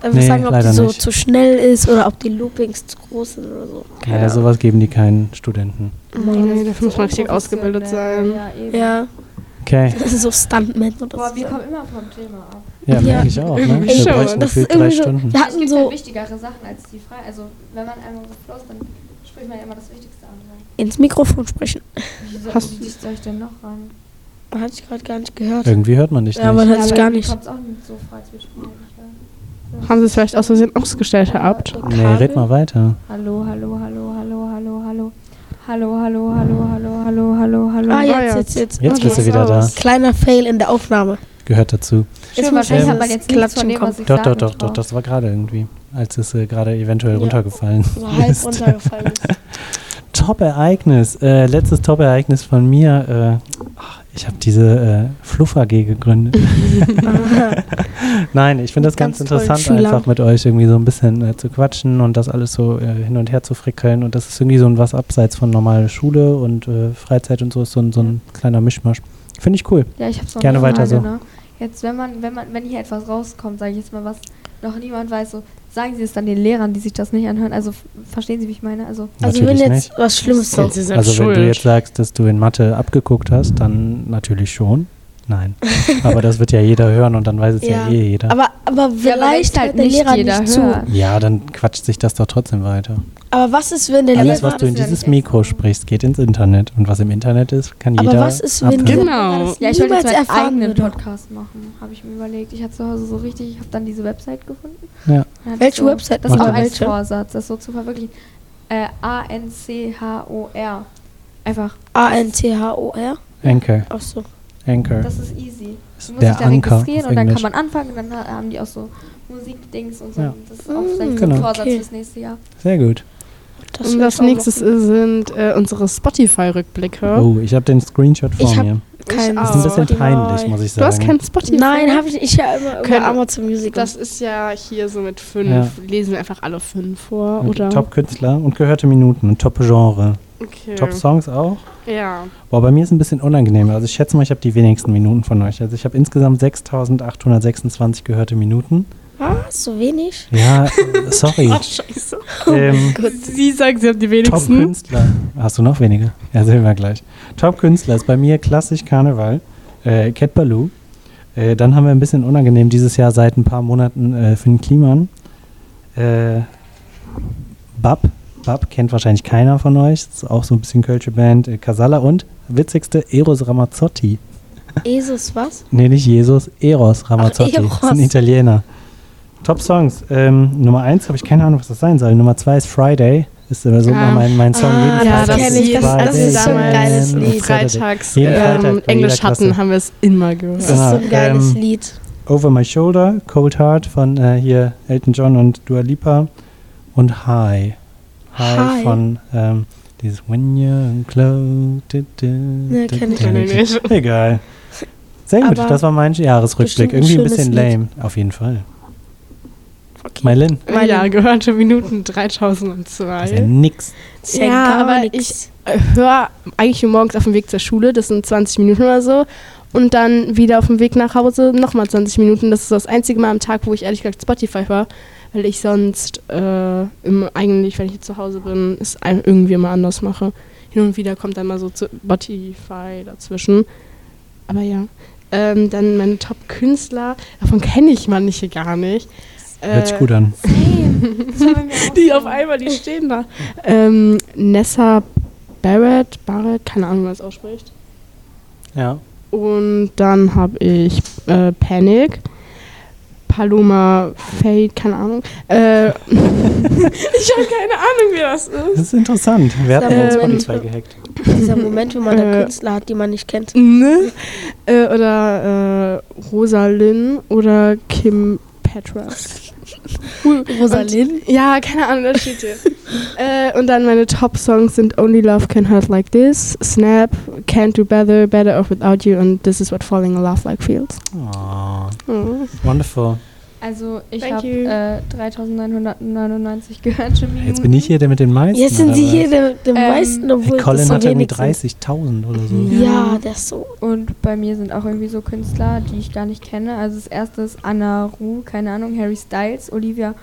[SPEAKER 4] Da würde
[SPEAKER 1] Nee,
[SPEAKER 4] ich sagen, ob die
[SPEAKER 1] leider
[SPEAKER 4] so
[SPEAKER 1] nicht.
[SPEAKER 4] zu schnell ist oder ob die Loopings zu groß sind oder so. Keine
[SPEAKER 1] ja,
[SPEAKER 4] Ahnung.
[SPEAKER 1] sowas geben die keinen Studenten.
[SPEAKER 2] Nee, dafür muss man richtig ausgebildet sein.
[SPEAKER 3] Ja, eben.
[SPEAKER 4] Ja,
[SPEAKER 1] Okay.
[SPEAKER 4] das ist so Stuntman oder
[SPEAKER 3] Boah,
[SPEAKER 4] so.
[SPEAKER 3] wir kommen immer vom Thema ab.
[SPEAKER 1] Ja,
[SPEAKER 4] Ja.
[SPEAKER 1] merke ich auch. Ne?
[SPEAKER 2] Irgendwie
[SPEAKER 1] Wir
[SPEAKER 2] schon.
[SPEAKER 1] bräuchten
[SPEAKER 4] Das
[SPEAKER 1] gefühlt
[SPEAKER 4] ist
[SPEAKER 1] drei
[SPEAKER 4] irgendwie so-
[SPEAKER 1] Stunden.
[SPEAKER 4] Wir hatten
[SPEAKER 3] es gibt
[SPEAKER 4] so-
[SPEAKER 3] halt wichtigere Sachen als die Frage. Also, wenn man einmal so floss, dann spricht man ja immer das Wichtigste an.
[SPEAKER 4] Ins Mikrofon sprechen.
[SPEAKER 3] Wie soll,
[SPEAKER 2] Hast-
[SPEAKER 3] wie dicht soll ich denn noch ran?
[SPEAKER 4] Hatte ich gerade gar nicht gehört.
[SPEAKER 1] Irgendwie hört man dich
[SPEAKER 4] Ja,
[SPEAKER 1] nicht.
[SPEAKER 4] man hört sich gar nicht.
[SPEAKER 3] Kommt auch nicht so fragst, wir spielen eigentlich dann.
[SPEAKER 2] Haben Sie es vielleicht aus Versehen ausgestellt, Herr Abt?
[SPEAKER 1] Nee, red mal weiter.
[SPEAKER 3] Hallo, hallo, hallo, hallo, hallo, hallo. Hallo, hallo, hallo, hallo, hallo, hallo, hallo.
[SPEAKER 4] Ah,
[SPEAKER 2] Ah,
[SPEAKER 4] jetzt,
[SPEAKER 2] ja.
[SPEAKER 4] jetzt, jetzt.
[SPEAKER 1] Jetzt
[SPEAKER 2] Ah,
[SPEAKER 1] bist du
[SPEAKER 2] so
[SPEAKER 1] wieder da.
[SPEAKER 2] aus.
[SPEAKER 4] Kleiner Fail in der Aufnahme.
[SPEAKER 1] Gehört dazu.
[SPEAKER 4] Jetzt
[SPEAKER 3] Schön,
[SPEAKER 4] muss
[SPEAKER 3] wahrscheinlich
[SPEAKER 1] ich
[SPEAKER 3] hat man
[SPEAKER 4] das
[SPEAKER 3] jetzt nichts
[SPEAKER 4] Klatschen
[SPEAKER 3] von dem, was
[SPEAKER 4] kommen.
[SPEAKER 3] ich
[SPEAKER 1] Doch,
[SPEAKER 3] sage,
[SPEAKER 1] doch, doch, doch,
[SPEAKER 3] drauf.
[SPEAKER 1] das war gerade irgendwie. Als es äh, gerade eventuell
[SPEAKER 4] Ja.
[SPEAKER 1] runtergefallen
[SPEAKER 4] So halb
[SPEAKER 1] ist.
[SPEAKER 4] runtergefallen ist.
[SPEAKER 1] Top-Ereignis. Äh, letztes Top-Ereignis von mir. Äh, ach, ich habe diese äh, Fluffer AG gegründet.
[SPEAKER 4] Also
[SPEAKER 1] Nein, ich finde das
[SPEAKER 4] Mit
[SPEAKER 1] ganz,
[SPEAKER 4] ganz tollen
[SPEAKER 1] interessant,
[SPEAKER 4] Schülern.
[SPEAKER 1] einfach mit euch irgendwie so ein bisschen äh, zu quatschen und das alles so äh, hin und her zu frickeln. Und das ist irgendwie so ein was abseits von normaler Schule und äh, Freizeit und so ist so ein, so ein kleiner Mischmasch. Finde ich cool.
[SPEAKER 3] Ja, ich hab's noch
[SPEAKER 1] Gerne
[SPEAKER 3] eine
[SPEAKER 1] weiter
[SPEAKER 3] Frage,
[SPEAKER 1] so.
[SPEAKER 3] Ne? Jetzt, wenn man, wenn man, wenn hier etwas rauskommt, sage ich jetzt mal was, noch niemand weiß, so, sagen Sie es dann den Lehrern, die sich das nicht anhören. Also f- verstehen Sie, wie ich meine? Also
[SPEAKER 4] Also
[SPEAKER 1] Natürlich
[SPEAKER 4] wenn jetzt
[SPEAKER 1] nicht.
[SPEAKER 4] was Schlimmes
[SPEAKER 2] Sind
[SPEAKER 4] ist.
[SPEAKER 2] Sie selbst
[SPEAKER 1] Also wenn du
[SPEAKER 2] schuld?
[SPEAKER 1] jetzt sagst, dass du in Mathe abgeguckt hast, dann natürlich schon. Nein. Aber das wird ja jeder hören und dann weiß es ja,
[SPEAKER 4] Ja.
[SPEAKER 1] eh jeder.
[SPEAKER 4] Aber, aber vielleicht
[SPEAKER 3] halt
[SPEAKER 4] hört der Lehrer nicht zu.
[SPEAKER 1] ja, dann quatscht sich das doch trotzdem weiter.
[SPEAKER 4] Aber was ist, wenn der
[SPEAKER 1] Alles,
[SPEAKER 4] Lehrer...
[SPEAKER 1] was du in
[SPEAKER 3] ist ja
[SPEAKER 1] dieses
[SPEAKER 3] nicht
[SPEAKER 1] Mikro
[SPEAKER 3] extra.
[SPEAKER 1] sprichst, geht ins Internet. Und was im Internet ist, kann
[SPEAKER 4] Aber
[SPEAKER 1] jeder.
[SPEAKER 4] was ist, wenn
[SPEAKER 1] abhören.
[SPEAKER 4] dieser
[SPEAKER 2] Genau.
[SPEAKER 4] Lehrer das
[SPEAKER 3] Ja, ich wollte jetzt
[SPEAKER 4] Oh. niemals
[SPEAKER 3] meinen
[SPEAKER 4] erfahren
[SPEAKER 3] eigenen
[SPEAKER 4] würde?
[SPEAKER 3] Podcast machen, habe ich mir überlegt. Ich hatte zu Hause so richtig, ich habe dann diese Website gefunden.
[SPEAKER 1] Ja.
[SPEAKER 3] Dann hatte
[SPEAKER 4] Welche
[SPEAKER 3] ich so,
[SPEAKER 4] Website?
[SPEAKER 3] Das
[SPEAKER 1] Mach
[SPEAKER 3] war
[SPEAKER 1] doch.
[SPEAKER 3] als
[SPEAKER 4] Welche?
[SPEAKER 3] Vorsatz, das so zu verwirklichen. Äh, A-N-C-H-O-R. Einfach,
[SPEAKER 4] A-N-T-H-O-R?
[SPEAKER 1] Anchor.
[SPEAKER 4] Ach so.
[SPEAKER 1] Anchor.
[SPEAKER 3] das ist easy. die
[SPEAKER 1] Ist
[SPEAKER 3] muss
[SPEAKER 1] der
[SPEAKER 3] sich da
[SPEAKER 1] Anker auf
[SPEAKER 3] registrieren und dann
[SPEAKER 1] Englisch.
[SPEAKER 3] kann man anfangen. Dann ha- haben die auch so Musikdings und so.
[SPEAKER 1] Ja.
[SPEAKER 3] Das ist auch vielleicht
[SPEAKER 1] Genau.
[SPEAKER 3] ein Vorsatz
[SPEAKER 4] Okay.
[SPEAKER 3] fürs nächste Jahr.
[SPEAKER 1] Sehr gut.
[SPEAKER 2] Und das nächste sind äh, unsere Spotify-Rückblicke.
[SPEAKER 1] Oh, ich habe den Screenshot vor
[SPEAKER 4] Ich hab- Oh.
[SPEAKER 1] mir.
[SPEAKER 4] Kein
[SPEAKER 2] Ich
[SPEAKER 1] Ist ein bisschen
[SPEAKER 4] Spotify.
[SPEAKER 1] peinlich, muss ich
[SPEAKER 2] Du hast
[SPEAKER 1] sagen.
[SPEAKER 2] kein Spotify?
[SPEAKER 4] Nein, habe ich nicht. Ich habe immer
[SPEAKER 2] Können-
[SPEAKER 4] über Amazon Music.
[SPEAKER 2] Das ist ja hier so mit fünf.
[SPEAKER 1] Ja.
[SPEAKER 2] Lesen wir einfach alle fünf vor,
[SPEAKER 1] Und
[SPEAKER 2] oder?
[SPEAKER 1] Top-Künstler und gehörte Minuten und Top-Genre.
[SPEAKER 2] Okay.
[SPEAKER 1] Top-Songs auch.
[SPEAKER 2] Ja.
[SPEAKER 1] Boah, bei mir ist es ein bisschen unangenehm. Also ich schätze mal, ich habe die wenigsten Minuten von euch. Also ich habe insgesamt 6.826 gehörte Minuten.
[SPEAKER 4] Was? So wenig?
[SPEAKER 1] Ja, äh, sorry.
[SPEAKER 2] Ach, scheiße.
[SPEAKER 1] ähm,
[SPEAKER 2] Sie sagen, sie haben die wenigsten.
[SPEAKER 1] Top-Künstler. Hast du noch weniger? Ja, sehen wir gleich. Top-Künstler ist bei mir klassisch Karneval. Äh, Cat Baloo. Äh, dann haben wir ein bisschen unangenehm dieses Jahr seit ein paar Monaten äh, Finn Kliman. Äh, Bab. Bab kennt wahrscheinlich keiner von euch. Ist auch so ein bisschen Kölsche Band. Äh, Casala und witzigste Eros Ramazzotti.
[SPEAKER 4] Jesus, was?
[SPEAKER 1] Nee, nicht Jesus, Eros Ramazzotti.
[SPEAKER 4] Ach, Eros.
[SPEAKER 1] Das ist ein Italiener. Top Songs. Ähm, Nummer eins habe ich keine Ahnung, was das sein soll. Nummer zwei ist Friday. Ist immer so
[SPEAKER 2] Ah.
[SPEAKER 1] immer mein, mein Song.
[SPEAKER 4] Ah,
[SPEAKER 1] jeden
[SPEAKER 4] ja,
[SPEAKER 1] Freitag.
[SPEAKER 4] das kenn ich, das- das
[SPEAKER 1] Friday,
[SPEAKER 4] ist so ein geiles
[SPEAKER 1] Friday.
[SPEAKER 4] Lied.
[SPEAKER 2] Freitags
[SPEAKER 1] Jeden
[SPEAKER 2] ähm,
[SPEAKER 1] Freitag bei
[SPEAKER 2] Englisch
[SPEAKER 1] jeder
[SPEAKER 2] hatten,
[SPEAKER 1] Klasse.
[SPEAKER 2] haben wir es immer
[SPEAKER 4] Das
[SPEAKER 2] gehört.
[SPEAKER 1] Ja.
[SPEAKER 4] ist so
[SPEAKER 1] Genau,
[SPEAKER 4] ein geiles
[SPEAKER 1] ähm,
[SPEAKER 4] Lied.
[SPEAKER 1] Over My Shoulder, Cold Heart von äh, hier Elton John und Dua Lipa und High. High,
[SPEAKER 4] High.
[SPEAKER 1] von ähm, dieses When You're Close. Du, du,
[SPEAKER 4] Ne,
[SPEAKER 1] du,
[SPEAKER 4] kenn ich
[SPEAKER 1] du,
[SPEAKER 2] auch
[SPEAKER 1] du,
[SPEAKER 2] nicht.
[SPEAKER 1] du. Egal. Sehr gut,
[SPEAKER 4] Aber
[SPEAKER 1] das war mein Jahresrückblick.
[SPEAKER 4] bestimmt ein
[SPEAKER 1] Irgendwie ein
[SPEAKER 4] schönes
[SPEAKER 1] bisschen lame, auf jeden Fall. Maylin,
[SPEAKER 4] Meine-
[SPEAKER 2] Ja, gehörte Minuten
[SPEAKER 1] das ist ja
[SPEAKER 2] 3002.
[SPEAKER 1] nix.
[SPEAKER 4] Das ist ja,
[SPEAKER 2] Ja,
[SPEAKER 4] gar
[SPEAKER 2] aber
[SPEAKER 4] nix.
[SPEAKER 2] Hör eigentlich nur morgens auf dem Weg zur Schule, das sind 20 Minuten oder so. Und dann wieder auf dem Weg nach Hause nochmal 20 Minuten. Das ist das einzige Mal am Tag, wo ich ehrlich gesagt Spotify höre. Weil ich sonst äh, im, eigentlich, wenn ich zu Hause bin, es ein- irgendwie mal anders mache. Hin und wieder kommt dann mal so zu Spotify dazwischen. Aber ja. Ähm, dann meine Top-Künstler, davon kenne ich manche gar nicht. Äh,
[SPEAKER 1] Hört
[SPEAKER 4] äh,
[SPEAKER 1] sich gut an.
[SPEAKER 2] Die auf einmal, die stehen da. Hm. Ähm, Nessa Barrett, Barrett, keine Ahnung, wie man es ausspricht.
[SPEAKER 1] Ja.
[SPEAKER 2] Und dann habe ich äh, Panic, Paloma Fade, keine Ahnung. Äh, ich habe keine Ahnung, wie das ist.
[SPEAKER 1] Das ist interessant. Wir hatten
[SPEAKER 4] Ähm,
[SPEAKER 1] uns Spotify gehackt.
[SPEAKER 4] Dieser Moment, wenn man
[SPEAKER 2] Äh,
[SPEAKER 4] einen Künstler hat, den man nicht kennt.
[SPEAKER 2] Ne? Äh, oder äh, Rosalind oder Kim Petras.
[SPEAKER 4] Rosalind?
[SPEAKER 2] Ja, keine Ahnung, das steht hier. äh, und dann meine Top-Songs sind Only Love Can Hurt Like This, Snap, Can't Do Better, Better Off Without You und This Is What Falling in Love Like Feels.
[SPEAKER 1] Oh,
[SPEAKER 2] Mhm.
[SPEAKER 1] wonderful.
[SPEAKER 3] Also ich
[SPEAKER 2] Thank
[SPEAKER 3] habe
[SPEAKER 2] you.
[SPEAKER 3] äh, 3999 gehört schon.
[SPEAKER 1] Jetzt bin ich hier der mit den meisten.
[SPEAKER 4] Jetzt sind sie
[SPEAKER 1] aber-
[SPEAKER 4] hier der, der
[SPEAKER 3] Ähm,
[SPEAKER 4] meisten,
[SPEAKER 1] Hey,
[SPEAKER 4] obwohl das
[SPEAKER 1] Colin
[SPEAKER 4] so
[SPEAKER 1] hat irgendwie
[SPEAKER 4] wenig sind. Mhm.
[SPEAKER 1] 30.000 oder so.
[SPEAKER 4] Ja, der ist so.
[SPEAKER 3] Und bei mir sind auch irgendwie so Künstler, die ich gar nicht kenne. Also das erste ist Anna Ru, keine Ahnung, Harry Styles, Olivia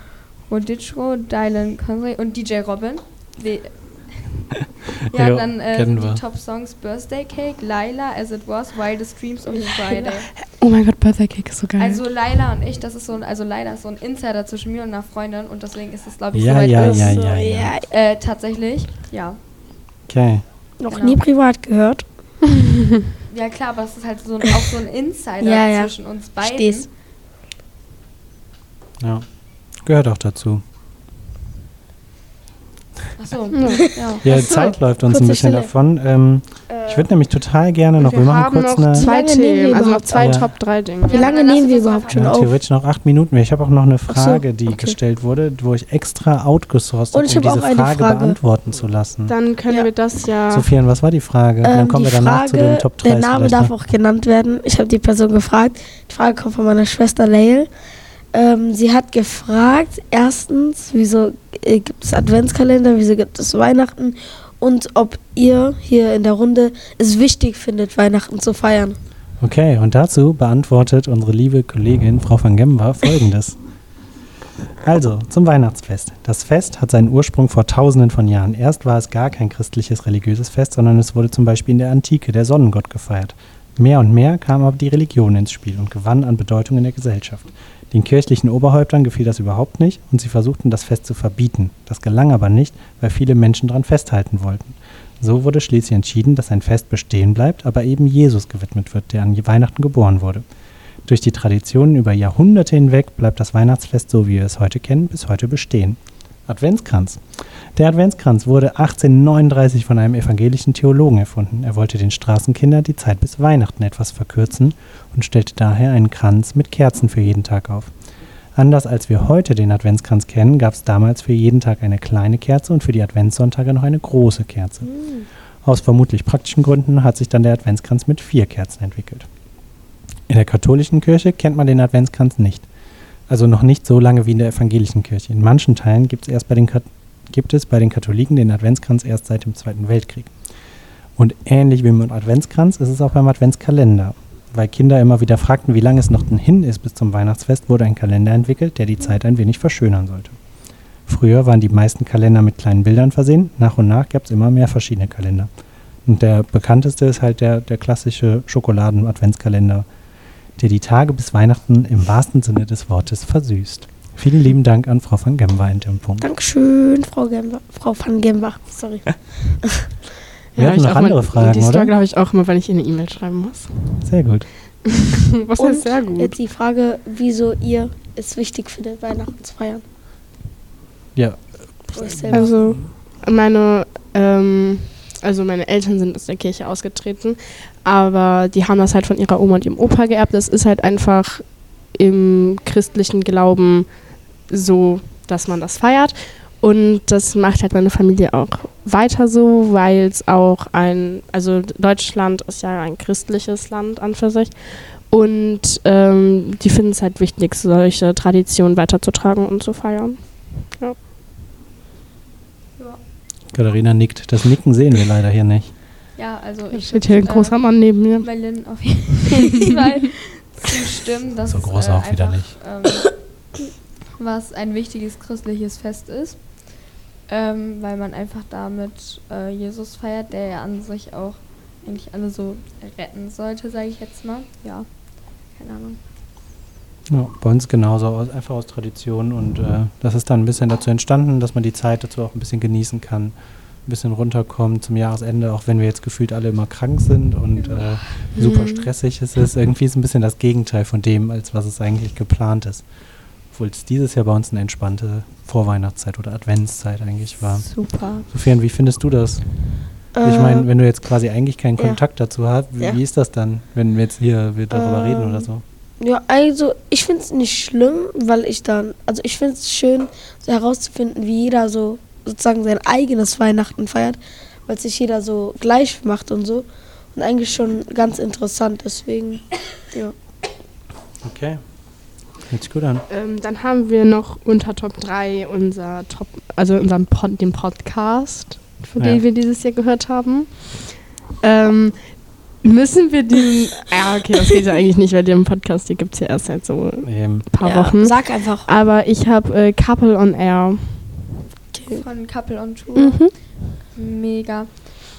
[SPEAKER 3] Roditschro, Dylan Conway und DJ Robin. We- ja,
[SPEAKER 1] Jo,
[SPEAKER 3] dann äh,
[SPEAKER 1] kennen
[SPEAKER 3] sind
[SPEAKER 1] wir.
[SPEAKER 3] die Top Songs Birthday Cake, Laila, As It Was, Wildest Dreams und Friday.
[SPEAKER 2] Oh mein Gott, Birthday Cake ist so
[SPEAKER 1] Mhm.
[SPEAKER 2] geil.
[SPEAKER 3] Also Laila und ich, das ist so ein, also Laila ist so ein Insider zwischen mir und einer Freundin und deswegen ist es glaube ich
[SPEAKER 1] Ja,
[SPEAKER 3] soweit
[SPEAKER 1] ja,
[SPEAKER 3] uns,
[SPEAKER 1] ja,
[SPEAKER 4] so,
[SPEAKER 1] ja, ja.
[SPEAKER 4] ja.
[SPEAKER 3] Äh, tatsächlich. Ja.
[SPEAKER 1] Okay.
[SPEAKER 4] Noch
[SPEAKER 3] Genau.
[SPEAKER 4] nie privat gehört.
[SPEAKER 3] Ja klar, aber es ist halt so ein, auch so ein Insider
[SPEAKER 4] Ja, ja.
[SPEAKER 3] zwischen uns beiden.
[SPEAKER 4] Stehst.
[SPEAKER 1] Ja. Gehört auch dazu.
[SPEAKER 3] Achso,
[SPEAKER 2] Ja.
[SPEAKER 3] ja.
[SPEAKER 1] Ja,
[SPEAKER 4] Ach so,
[SPEAKER 1] Zeit läuft uns ein
[SPEAKER 4] kurze
[SPEAKER 1] bisschen
[SPEAKER 4] Stille.
[SPEAKER 1] davon. Ähm, ich würde nämlich total gerne noch, wir,
[SPEAKER 2] wir
[SPEAKER 1] machen
[SPEAKER 2] haben
[SPEAKER 1] kurz
[SPEAKER 2] noch
[SPEAKER 1] eine,
[SPEAKER 2] zwei
[SPEAKER 4] Wie lange nehmen wir
[SPEAKER 2] Themen, also noch
[SPEAKER 4] überhaupt
[SPEAKER 2] zwei
[SPEAKER 1] auf?
[SPEAKER 2] Top-3-Dinge.
[SPEAKER 4] Wie
[SPEAKER 3] Ja,
[SPEAKER 4] lange
[SPEAKER 3] dann lass
[SPEAKER 4] nehmen
[SPEAKER 3] uns
[SPEAKER 4] wir
[SPEAKER 3] das
[SPEAKER 4] überhaupt
[SPEAKER 3] einfach
[SPEAKER 4] schon
[SPEAKER 1] ja,
[SPEAKER 4] auf?
[SPEAKER 1] theoretisch noch acht Minuten. mehr. Ich habe auch noch eine
[SPEAKER 4] so,
[SPEAKER 1] Frage, die
[SPEAKER 4] okay.
[SPEAKER 1] gestellt wurde, wo ich extra out gesourced
[SPEAKER 4] Und
[SPEAKER 1] habe,
[SPEAKER 4] ich
[SPEAKER 1] um
[SPEAKER 4] habe
[SPEAKER 1] diese
[SPEAKER 4] auch eine
[SPEAKER 1] Frage,
[SPEAKER 4] Frage.
[SPEAKER 1] beantworten zu lassen.
[SPEAKER 2] Dann können
[SPEAKER 4] Ja.
[SPEAKER 2] wir das ja.
[SPEAKER 1] Sofian, was war die Frage? Und dann
[SPEAKER 4] Ähm,
[SPEAKER 1] kommen
[SPEAKER 4] die
[SPEAKER 1] wir danach
[SPEAKER 4] Frage,
[SPEAKER 1] zu den Top ne? 3.
[SPEAKER 4] der Name darf auch genannt werden. Ich habe die Person gefragt. Die Frage kommt von meiner Schwester Lael. Ähm, sie hat gefragt, erstens, wieso äh, gibt es Adventskalender, wieso gibt es Weihnachten und ob ihr hier in der Runde es wichtig findet, Weihnachten zu feiern.
[SPEAKER 1] Okay, und dazu beantwortet unsere liebe Kollegin Frau van Gember folgendes. Also, zum Weihnachtsfest. Das Fest hat seinen Ursprung vor tausenden von Jahren. Erst war es gar kein christliches religiöses Fest, sondern es wurde zum Beispiel in der Antike der Sonnengott gefeiert. Mehr und mehr kam aber die Religion ins Spiel und gewann an Bedeutung in der Gesellschaft. Den kirchlichen Oberhäuptern gefiel das überhaupt nicht und sie versuchten, das Fest zu verbieten. Das gelang aber nicht, weil viele Menschen daran festhalten wollten. So wurde schließlich entschieden, dass ein Fest bestehen bleibt, aber eben Jesus gewidmet wird, der an Weihnachten geboren wurde. Durch die Traditionen über Jahrhunderte hinweg bleibt das Weihnachtsfest so, wie wir es heute kennen, bis heute bestehen. Adventskranz. Der Adventskranz wurde 1839 von einem evangelischen Theologen erfunden. Er wollte den Straßenkindern die Zeit bis Weihnachten etwas verkürzen und stellte daher einen Kranz mit Kerzen für jeden Tag auf. Anders als wir heute den Adventskranz kennen, gab es damals für jeden Tag eine kleine Kerze und für die Adventssonntage noch eine große Kerze. Aus vermutlich praktischen Gründen hat sich dann der Adventskranz mit vier Kerzen entwickelt. In der katholischen Kirche kennt man den Adventskranz nicht. Also noch nicht so lange wie in der evangelischen Kirche. In manchen Teilen gibt es, erst bei den Kat gibt es bei den Katholiken den Adventskranz erst seit dem Zweiten Weltkrieg. Und ähnlich wie mit dem Adventskranz ist es auch beim Adventskalender. Weil Kinder immer wieder fragten, wie lange es noch denn hin ist bis zum Weihnachtsfest, wurde ein Kalender entwickelt, der die Zeit ein wenig verschönern sollte. Früher waren die meisten Kalender mit kleinen Bildern versehen, nach und nach gab es immer mehr verschiedene Kalender. Und der bekannteste ist halt der, der klassische Schokoladen-Adventskalender, der die Tage bis Weihnachten im wahrsten Sinne des Wortes versüßt. Vielen lieben Dank an Frau van Gemba in dem Punkt.
[SPEAKER 4] Dankeschön, Frau, Gemba, Frau van Gemba. Sorry.
[SPEAKER 1] Wir hatten
[SPEAKER 2] hab ich
[SPEAKER 1] noch
[SPEAKER 2] auch mal-
[SPEAKER 1] andere Fragen,
[SPEAKER 2] Die
[SPEAKER 1] oder?
[SPEAKER 2] Struggle habe ich auch immer, wenn ich in eine E-Mail schreiben muss.
[SPEAKER 1] Sehr gut.
[SPEAKER 2] Was
[SPEAKER 4] Und
[SPEAKER 2] heißt sehr gut?
[SPEAKER 4] Jetzt die Frage, wieso ihr es wichtig findet, Weihnachten zu feiern.
[SPEAKER 1] Ja,
[SPEAKER 4] Für euch selber.
[SPEAKER 2] Also meine, ähm, also meine Eltern sind aus der Kirche ausgetreten, aber die haben das halt von ihrer Oma und ihrem Opa geerbt. Das ist halt einfach im christlichen Glauben so, dass man das feiert. Und das macht halt meine Familie auch weiter so, weil es auch ein, also Deutschland ist ja ein christliches Land an für sich. Und ähm, die finden es halt wichtig, solche Traditionen weiterzutragen und zu feiern.
[SPEAKER 1] Katharina nickt. Das Nicken sehen wir leider hier nicht.
[SPEAKER 3] Ja, also
[SPEAKER 2] Da
[SPEAKER 3] ich
[SPEAKER 2] steht hier ein
[SPEAKER 3] würd, äh,
[SPEAKER 2] großer Mann neben mir.
[SPEAKER 3] Melin auf jeden Fall zustimmen, dass
[SPEAKER 1] So groß
[SPEAKER 3] es, äh,
[SPEAKER 1] auch wieder
[SPEAKER 3] einfach, Ähm, was ein wichtiges christliches Fest ist, ähm, weil man einfach damit äh, Jesus feiert, der ja an sich auch eigentlich alle so retten sollte, sage ich jetzt mal. Ja, keine Ahnung.
[SPEAKER 1] Ja, bei uns genauso, aus, einfach aus Tradition. Und äh, das ist dann ein bisschen dazu entstanden, dass man die Zeit dazu auch ein bisschen genießen kann, ein bisschen runterkommen zum Jahresende, auch wenn wir jetzt gefühlt alle immer krank sind und äh, super
[SPEAKER 2] Mhm.
[SPEAKER 1] stressig es ist. Irgendwie ist ein bisschen das Gegenteil von dem, als was es eigentlich geplant ist. Obwohl es dieses Jahr bei uns eine entspannte Vorweihnachtszeit oder Adventszeit eigentlich war.
[SPEAKER 3] Super.
[SPEAKER 1] Sofian, wie findest du das?
[SPEAKER 4] Äh,
[SPEAKER 1] ich meine, wenn du jetzt quasi eigentlich keinen
[SPEAKER 4] ja.
[SPEAKER 1] Kontakt dazu hast, wie,
[SPEAKER 4] Ja.
[SPEAKER 1] wie ist das dann, wenn wir jetzt hier wir darüber reden oder
[SPEAKER 4] Ähm,
[SPEAKER 1] so?
[SPEAKER 4] Ja, also ich finde es nicht schlimm, weil ich dann, also ich finde es schön, so herauszufinden, wie jeder so sozusagen sein eigenes Weihnachten feiert, weil sich jeder so gleich macht und so. Und eigentlich schon ganz interessant, deswegen, ja.
[SPEAKER 1] Okay. Hört sich gut an.
[SPEAKER 2] Ähm, dann haben wir noch unter Top 3 unser Top, also unseren Pod, den Podcast, für
[SPEAKER 1] Ja.
[SPEAKER 2] den wir dieses Jahr gehört haben. Ähm, müssen wir den. Ah, okay, das geht ja eigentlich nicht, weil den Podcast, die gibt es ja erst seit so ein
[SPEAKER 1] Ähm,
[SPEAKER 2] paar
[SPEAKER 4] ja,
[SPEAKER 2] Wochen.
[SPEAKER 4] Sag einfach.
[SPEAKER 2] Aber ich habe äh, Couple on Air.
[SPEAKER 3] Von Couple on Tour.
[SPEAKER 2] Mhm.
[SPEAKER 3] Mega.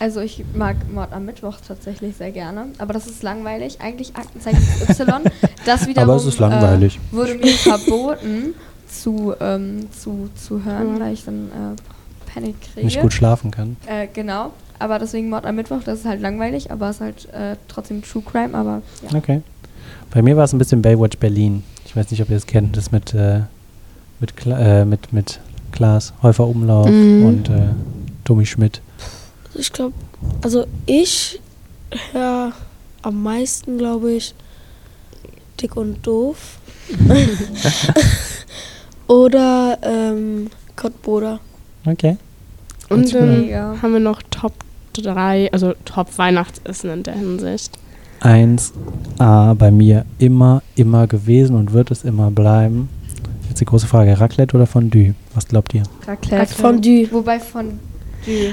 [SPEAKER 3] Also ich mag Mord am Mittwoch tatsächlich sehr gerne, aber das ist langweilig. Eigentlich Aktenzeichen Y. Das wiederum
[SPEAKER 1] Aber es ist langweilig.
[SPEAKER 3] Äh, wurde mir verboten zu, ähm, zu, zu hören,
[SPEAKER 2] Ja.
[SPEAKER 3] weil ich dann äh, Panik kriege.
[SPEAKER 1] nicht gut schlafen kann.
[SPEAKER 3] Äh, genau. Aber deswegen Mord am Mittwoch, das ist halt langweilig, aber es ist halt äh, trotzdem True Crime, aber ja.
[SPEAKER 1] Okay. Bei mir war es ein bisschen Baywatch Berlin. Ich weiß nicht, ob ihr das kennt, das mit, äh, mit, Kla äh, mit, mit Klaas Häufer Umlauf
[SPEAKER 2] Mhm.
[SPEAKER 1] und äh, Tommy Schmidt.
[SPEAKER 4] Ich glaube, also ich höre am meisten, glaube ich, dick und doof. Oder ähm, Kottbruder.
[SPEAKER 1] Okay.
[SPEAKER 2] Und
[SPEAKER 1] Ganz
[SPEAKER 2] dann
[SPEAKER 3] mega.
[SPEAKER 2] haben wir noch Top 3, also Top Weihnachtsessen in der Hinsicht.
[SPEAKER 1] 1a bei mir immer, immer gewesen und wird es immer bleiben. Jetzt die große Frage, Raclette oder Fondue? Was glaubt ihr?
[SPEAKER 3] Raclette.
[SPEAKER 4] Fondue.
[SPEAKER 3] Wobei von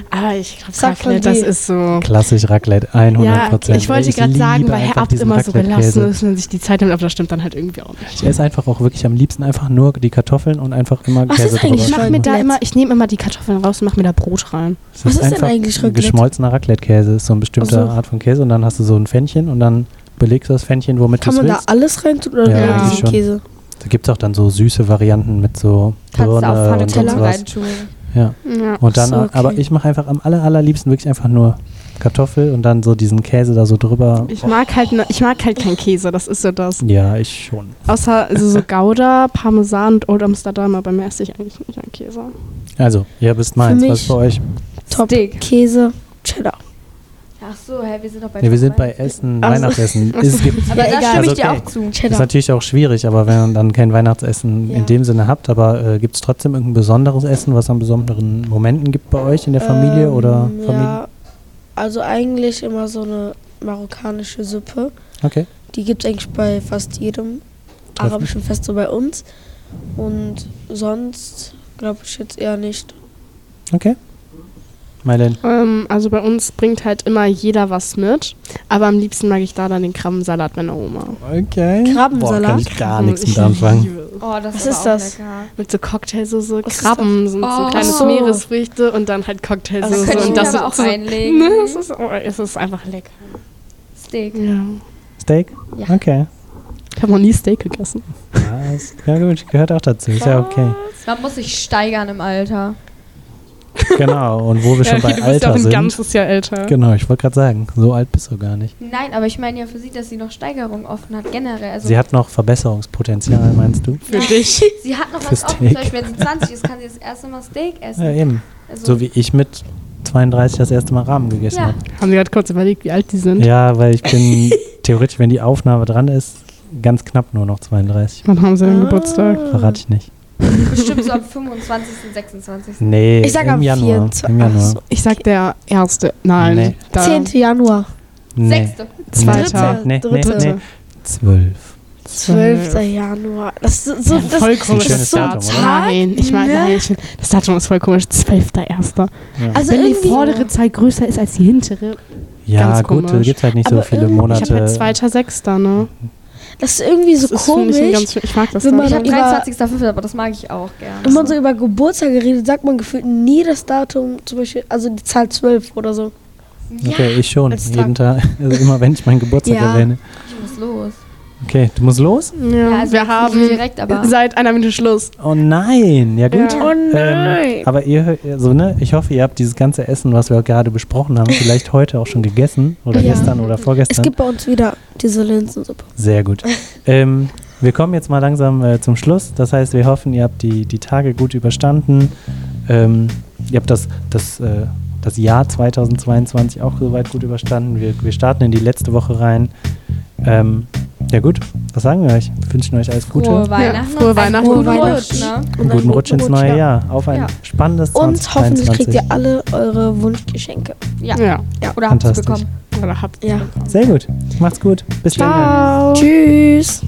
[SPEAKER 2] Aber Ah, ich glaube,
[SPEAKER 4] Sag von
[SPEAKER 2] das
[SPEAKER 4] dir.
[SPEAKER 2] ist so.
[SPEAKER 1] Klassisch Raclette, 100%.
[SPEAKER 2] ich wollte gerade
[SPEAKER 1] liebe
[SPEAKER 2] sagen, weil
[SPEAKER 1] einfach
[SPEAKER 2] Herr Abt
[SPEAKER 1] diesen
[SPEAKER 2] immer so
[SPEAKER 1] Raclette-Käse.
[SPEAKER 2] gelassen ist, wenn sich die Zeit nimmt, aber das stimmt dann halt irgendwie auch nicht.
[SPEAKER 1] Ich esse einfach auch wirklich am liebsten einfach nur die Kartoffeln und einfach immer
[SPEAKER 4] Was
[SPEAKER 1] Käse
[SPEAKER 4] ist
[SPEAKER 1] drüber.
[SPEAKER 4] eigentlich
[SPEAKER 2] Ich mach
[SPEAKER 4] schon
[SPEAKER 2] mir da
[SPEAKER 4] nett.
[SPEAKER 2] immer, ich nehme immer die Kartoffeln raus und mache mir da Brot rein.
[SPEAKER 1] Es
[SPEAKER 4] Was ist denn eigentlich
[SPEAKER 1] ein
[SPEAKER 4] Raclette?
[SPEAKER 1] Geschmolzener Raclette-Käse ist so eine bestimmte
[SPEAKER 4] Ach so.
[SPEAKER 1] Art von Käse und dann hast du so ein Fännchen und dann belegst du das Fännchen, womit du
[SPEAKER 4] Kann
[SPEAKER 1] es
[SPEAKER 4] man da
[SPEAKER 1] willst.
[SPEAKER 4] alles reintun oder
[SPEAKER 1] Ja,
[SPEAKER 4] nur
[SPEAKER 2] eigentlich
[SPEAKER 4] diesen
[SPEAKER 1] schon.
[SPEAKER 4] Käse?
[SPEAKER 1] Da, gibt es auch dann so süße Varianten mit so
[SPEAKER 3] kannst du auch
[SPEAKER 1] Birne äh, und sonst
[SPEAKER 3] Pfanne
[SPEAKER 1] was.
[SPEAKER 3] reintun.
[SPEAKER 1] Ja.
[SPEAKER 2] Ja.
[SPEAKER 1] Und dann,
[SPEAKER 4] so, okay.
[SPEAKER 1] aber ich mache einfach am aller, allerliebsten wirklich einfach nur Kartoffel und dann so diesen Käse da so drüber.
[SPEAKER 2] Ich mag halt, ne- ich mag halt keinen Käse, das ist ja das.
[SPEAKER 1] Ja, ich schon.
[SPEAKER 2] Außer also so Gouda, Parmesan und Old Amsterdam, aber mehr esse ich eigentlich nicht an Käse.
[SPEAKER 1] Also, ihr bist meins. Was
[SPEAKER 4] mich-
[SPEAKER 1] bei euch?
[SPEAKER 4] Top.
[SPEAKER 3] Steak.
[SPEAKER 4] Käse, Cheddar.
[SPEAKER 3] Ach so, hä, wir sind doch bei
[SPEAKER 1] Nee, wir sind
[SPEAKER 3] Top
[SPEAKER 1] bei
[SPEAKER 3] eins.
[SPEAKER 1] Essen,
[SPEAKER 4] Ach so.
[SPEAKER 1] Weihnachtsessen. Es gibt,
[SPEAKER 3] Aber
[SPEAKER 4] Ja,
[SPEAKER 3] da stimme
[SPEAKER 4] egal.
[SPEAKER 3] ich
[SPEAKER 1] Also,
[SPEAKER 3] dir
[SPEAKER 1] okay.
[SPEAKER 3] auch zu.
[SPEAKER 1] ist
[SPEAKER 4] Cheddar.
[SPEAKER 1] natürlich auch schwierig, aber wenn ihr dann kein Weihnachtsessen
[SPEAKER 4] Ja.
[SPEAKER 1] in dem Sinne habt, aber äh, gibt es trotzdem irgendein besonderes Essen, was an besonderen Momenten gibt bei euch in der Familie
[SPEAKER 4] Ähm,
[SPEAKER 1] oder Familie?
[SPEAKER 4] Ja, also eigentlich immer so eine marokkanische Suppe.
[SPEAKER 1] Okay.
[SPEAKER 4] Die gibt es eigentlich bei fast jedem
[SPEAKER 1] Treffen.
[SPEAKER 4] arabischen Fest so bei uns. Und sonst glaube ich jetzt eher
[SPEAKER 1] Hm?
[SPEAKER 4] nicht.
[SPEAKER 1] Okay. Mailen.
[SPEAKER 2] Ähm, also bei uns bringt halt immer jeder was mit. Aber am liebsten mag ich da dann den Krabbensalat meiner Oma.
[SPEAKER 1] Okay.
[SPEAKER 4] Krabbensalat?
[SPEAKER 1] Boah, kann ich gar
[SPEAKER 2] Krabben,
[SPEAKER 1] nichts mit
[SPEAKER 2] ich
[SPEAKER 1] anfangen.
[SPEAKER 2] liebe es.
[SPEAKER 3] Oh, das
[SPEAKER 4] Was
[SPEAKER 3] ist,
[SPEAKER 4] ist
[SPEAKER 3] aber auch
[SPEAKER 4] das?
[SPEAKER 3] lecker.
[SPEAKER 2] Mit so Cocktailsoße.
[SPEAKER 4] Was ist
[SPEAKER 2] Krabben sind so
[SPEAKER 3] Oh.
[SPEAKER 2] kleine
[SPEAKER 4] Ach so.
[SPEAKER 2] Meeresfrüchte und dann halt
[SPEAKER 4] Das
[SPEAKER 3] Das
[SPEAKER 4] Also
[SPEAKER 2] Cocktailsoße.
[SPEAKER 4] so-
[SPEAKER 3] könnte ich
[SPEAKER 2] und
[SPEAKER 3] mir
[SPEAKER 2] das
[SPEAKER 3] aber auch
[SPEAKER 2] so,
[SPEAKER 3] einlegen.
[SPEAKER 2] Ne, es, ist, oh, es ist einfach lecker.
[SPEAKER 3] Steak.
[SPEAKER 2] Ja.
[SPEAKER 1] Steak?
[SPEAKER 3] Ja.
[SPEAKER 1] Okay.
[SPEAKER 2] Ich habe noch nie Steak gegessen.
[SPEAKER 1] Was? Ja gut, gehört auch dazu. Ist ja okay.
[SPEAKER 3] Man muss sich steigern im Alter.
[SPEAKER 1] Genau. Und wo wir schon bei
[SPEAKER 2] du bist ja auch
[SPEAKER 1] Alter
[SPEAKER 2] ein ne?
[SPEAKER 1] sind.
[SPEAKER 2] ganzes Jahr älter.
[SPEAKER 1] Genau, ich wollte gerade sagen, so alt bist du gar nicht.
[SPEAKER 3] Nein, aber ich meine ja für sie, dass sie noch Steigerung offen hat, generell. Also
[SPEAKER 1] Sie hat noch Verbesserungspotenzial, meinst du?
[SPEAKER 2] Für dich.
[SPEAKER 3] sie hat noch
[SPEAKER 1] für
[SPEAKER 3] was offen.
[SPEAKER 1] Steak.
[SPEAKER 3] Zum Beispiel, wenn sie 20 ist, kann sie das erste Mal Steak essen.
[SPEAKER 1] Ja, eben.
[SPEAKER 3] Also,
[SPEAKER 1] So wie ich mit 32 das erste Mal Rahmen gegessen
[SPEAKER 3] Ja.
[SPEAKER 1] habe.
[SPEAKER 2] Haben wir gerade kurz überlegt, wie alt die sind.
[SPEAKER 1] Ja, weil ich bin theoretisch, wenn die Aufnahme dran ist, ganz knapp nur noch 32.
[SPEAKER 2] Wann haben sie denn
[SPEAKER 4] Ah.
[SPEAKER 2] Geburtstag?
[SPEAKER 1] Verrate ich nicht.
[SPEAKER 3] bestimmt so am 25., 26.
[SPEAKER 1] Nee,
[SPEAKER 4] Ich sag
[SPEAKER 1] im
[SPEAKER 4] am
[SPEAKER 1] Januar.
[SPEAKER 4] 24.
[SPEAKER 1] Im Januar.
[SPEAKER 4] Ach so.
[SPEAKER 2] Ich sag der erste. Nein.
[SPEAKER 1] Nee.
[SPEAKER 2] Da
[SPEAKER 4] 10. Januar.
[SPEAKER 1] Nee.
[SPEAKER 3] Sechste.
[SPEAKER 2] Zweiter.
[SPEAKER 1] Nee, nee, nee,
[SPEAKER 4] Dritter.
[SPEAKER 1] nee.
[SPEAKER 2] Dritte.
[SPEAKER 1] 12.
[SPEAKER 4] 12. Januar. Das ist so, das
[SPEAKER 2] voll
[SPEAKER 1] komisch.
[SPEAKER 2] komisches
[SPEAKER 1] Schönes Datum, oder?
[SPEAKER 2] Nein, ich meine,
[SPEAKER 4] Ne?
[SPEAKER 2] nein, ich find, das Datum ist voll komisch. 12.1.
[SPEAKER 1] Ja,
[SPEAKER 4] Also
[SPEAKER 2] Wenn die
[SPEAKER 4] irgendwie-
[SPEAKER 2] vordere Zahl größer ist als die hintere.
[SPEAKER 1] ja
[SPEAKER 2] ganz
[SPEAKER 1] gut, da
[SPEAKER 2] komisch.
[SPEAKER 1] gibt es halt nicht so
[SPEAKER 4] Aber
[SPEAKER 1] viele
[SPEAKER 4] irgendwie-
[SPEAKER 1] Monate.
[SPEAKER 2] Ich habe halt 2.6. Ne?
[SPEAKER 4] Das ist irgendwie so
[SPEAKER 2] das ist für mich ein
[SPEAKER 4] komisch.
[SPEAKER 2] ganz, ich mag das
[SPEAKER 4] Wenn man
[SPEAKER 3] Ich
[SPEAKER 2] Datum.
[SPEAKER 3] habe
[SPEAKER 4] Über-
[SPEAKER 3] 23.05., aber das mag ich auch gerne.
[SPEAKER 2] Um
[SPEAKER 4] Wenn man so über Geburtstage redet, sagt man gefühlt nie das Datum, zum Beispiel, also die Zahl 12 oder so.
[SPEAKER 1] okay, ich schon.
[SPEAKER 4] als
[SPEAKER 1] Jeden Tag. Also immer, wenn ich meinen Geburtstag
[SPEAKER 4] Ja.
[SPEAKER 1] erwähne.
[SPEAKER 3] Ich muss los.
[SPEAKER 1] Okay, du musst los?
[SPEAKER 2] Ja,
[SPEAKER 3] also
[SPEAKER 2] wir
[SPEAKER 3] jetzt
[SPEAKER 2] haben
[SPEAKER 3] nicht direkt, aber-
[SPEAKER 2] seit einer Minute Schluss.
[SPEAKER 1] Oh nein, ja gut.
[SPEAKER 2] Ja.
[SPEAKER 4] Oh
[SPEAKER 1] Ähm, aber ihr, so ne, ich hoffe, ihr habt dieses ganze Essen, was wir gerade besprochen haben, vielleicht heute auch schon gegessen oder
[SPEAKER 4] Ja.
[SPEAKER 1] gestern oder
[SPEAKER 4] Es
[SPEAKER 1] vorgestern.
[SPEAKER 4] gibt bei uns wieder diese Linsensuppe.
[SPEAKER 1] Sehr gut. ähm, wir kommen jetzt mal langsam äh, zum Schluss. Das heißt, wir hoffen, ihr habt die, die Tage gut überstanden. Ähm, ihr habt das, das, äh, das Jahr 2022 auch soweit gut überstanden. Wir, wir starten in die letzte Woche rein. Ähm, ja gut, was sagen wir euch? Wir wünschen euch alles Gute.
[SPEAKER 3] Frohe Weihnachten.
[SPEAKER 2] Ja, frohe
[SPEAKER 3] und einen
[SPEAKER 2] Weihnachten.
[SPEAKER 3] guten
[SPEAKER 4] Frohe
[SPEAKER 3] Rutsch,
[SPEAKER 4] Weihnachten.
[SPEAKER 3] ne?
[SPEAKER 1] Einen guten Rutsch ins neue
[SPEAKER 4] ja.
[SPEAKER 1] Jahr. Auf ein
[SPEAKER 3] Ja.
[SPEAKER 1] spannendes
[SPEAKER 4] Und hoffentlich
[SPEAKER 1] 2022.
[SPEAKER 4] kriegt ihr alle eure Wunschgeschenke.
[SPEAKER 2] Ja.
[SPEAKER 3] Ja. Oder habt ihr
[SPEAKER 1] Fantastisch.
[SPEAKER 3] bekommen?
[SPEAKER 2] Oder habt
[SPEAKER 4] Ja.
[SPEAKER 1] Sehr gut. Macht's gut. Bis dann.
[SPEAKER 2] Ciao.
[SPEAKER 4] Tschüss.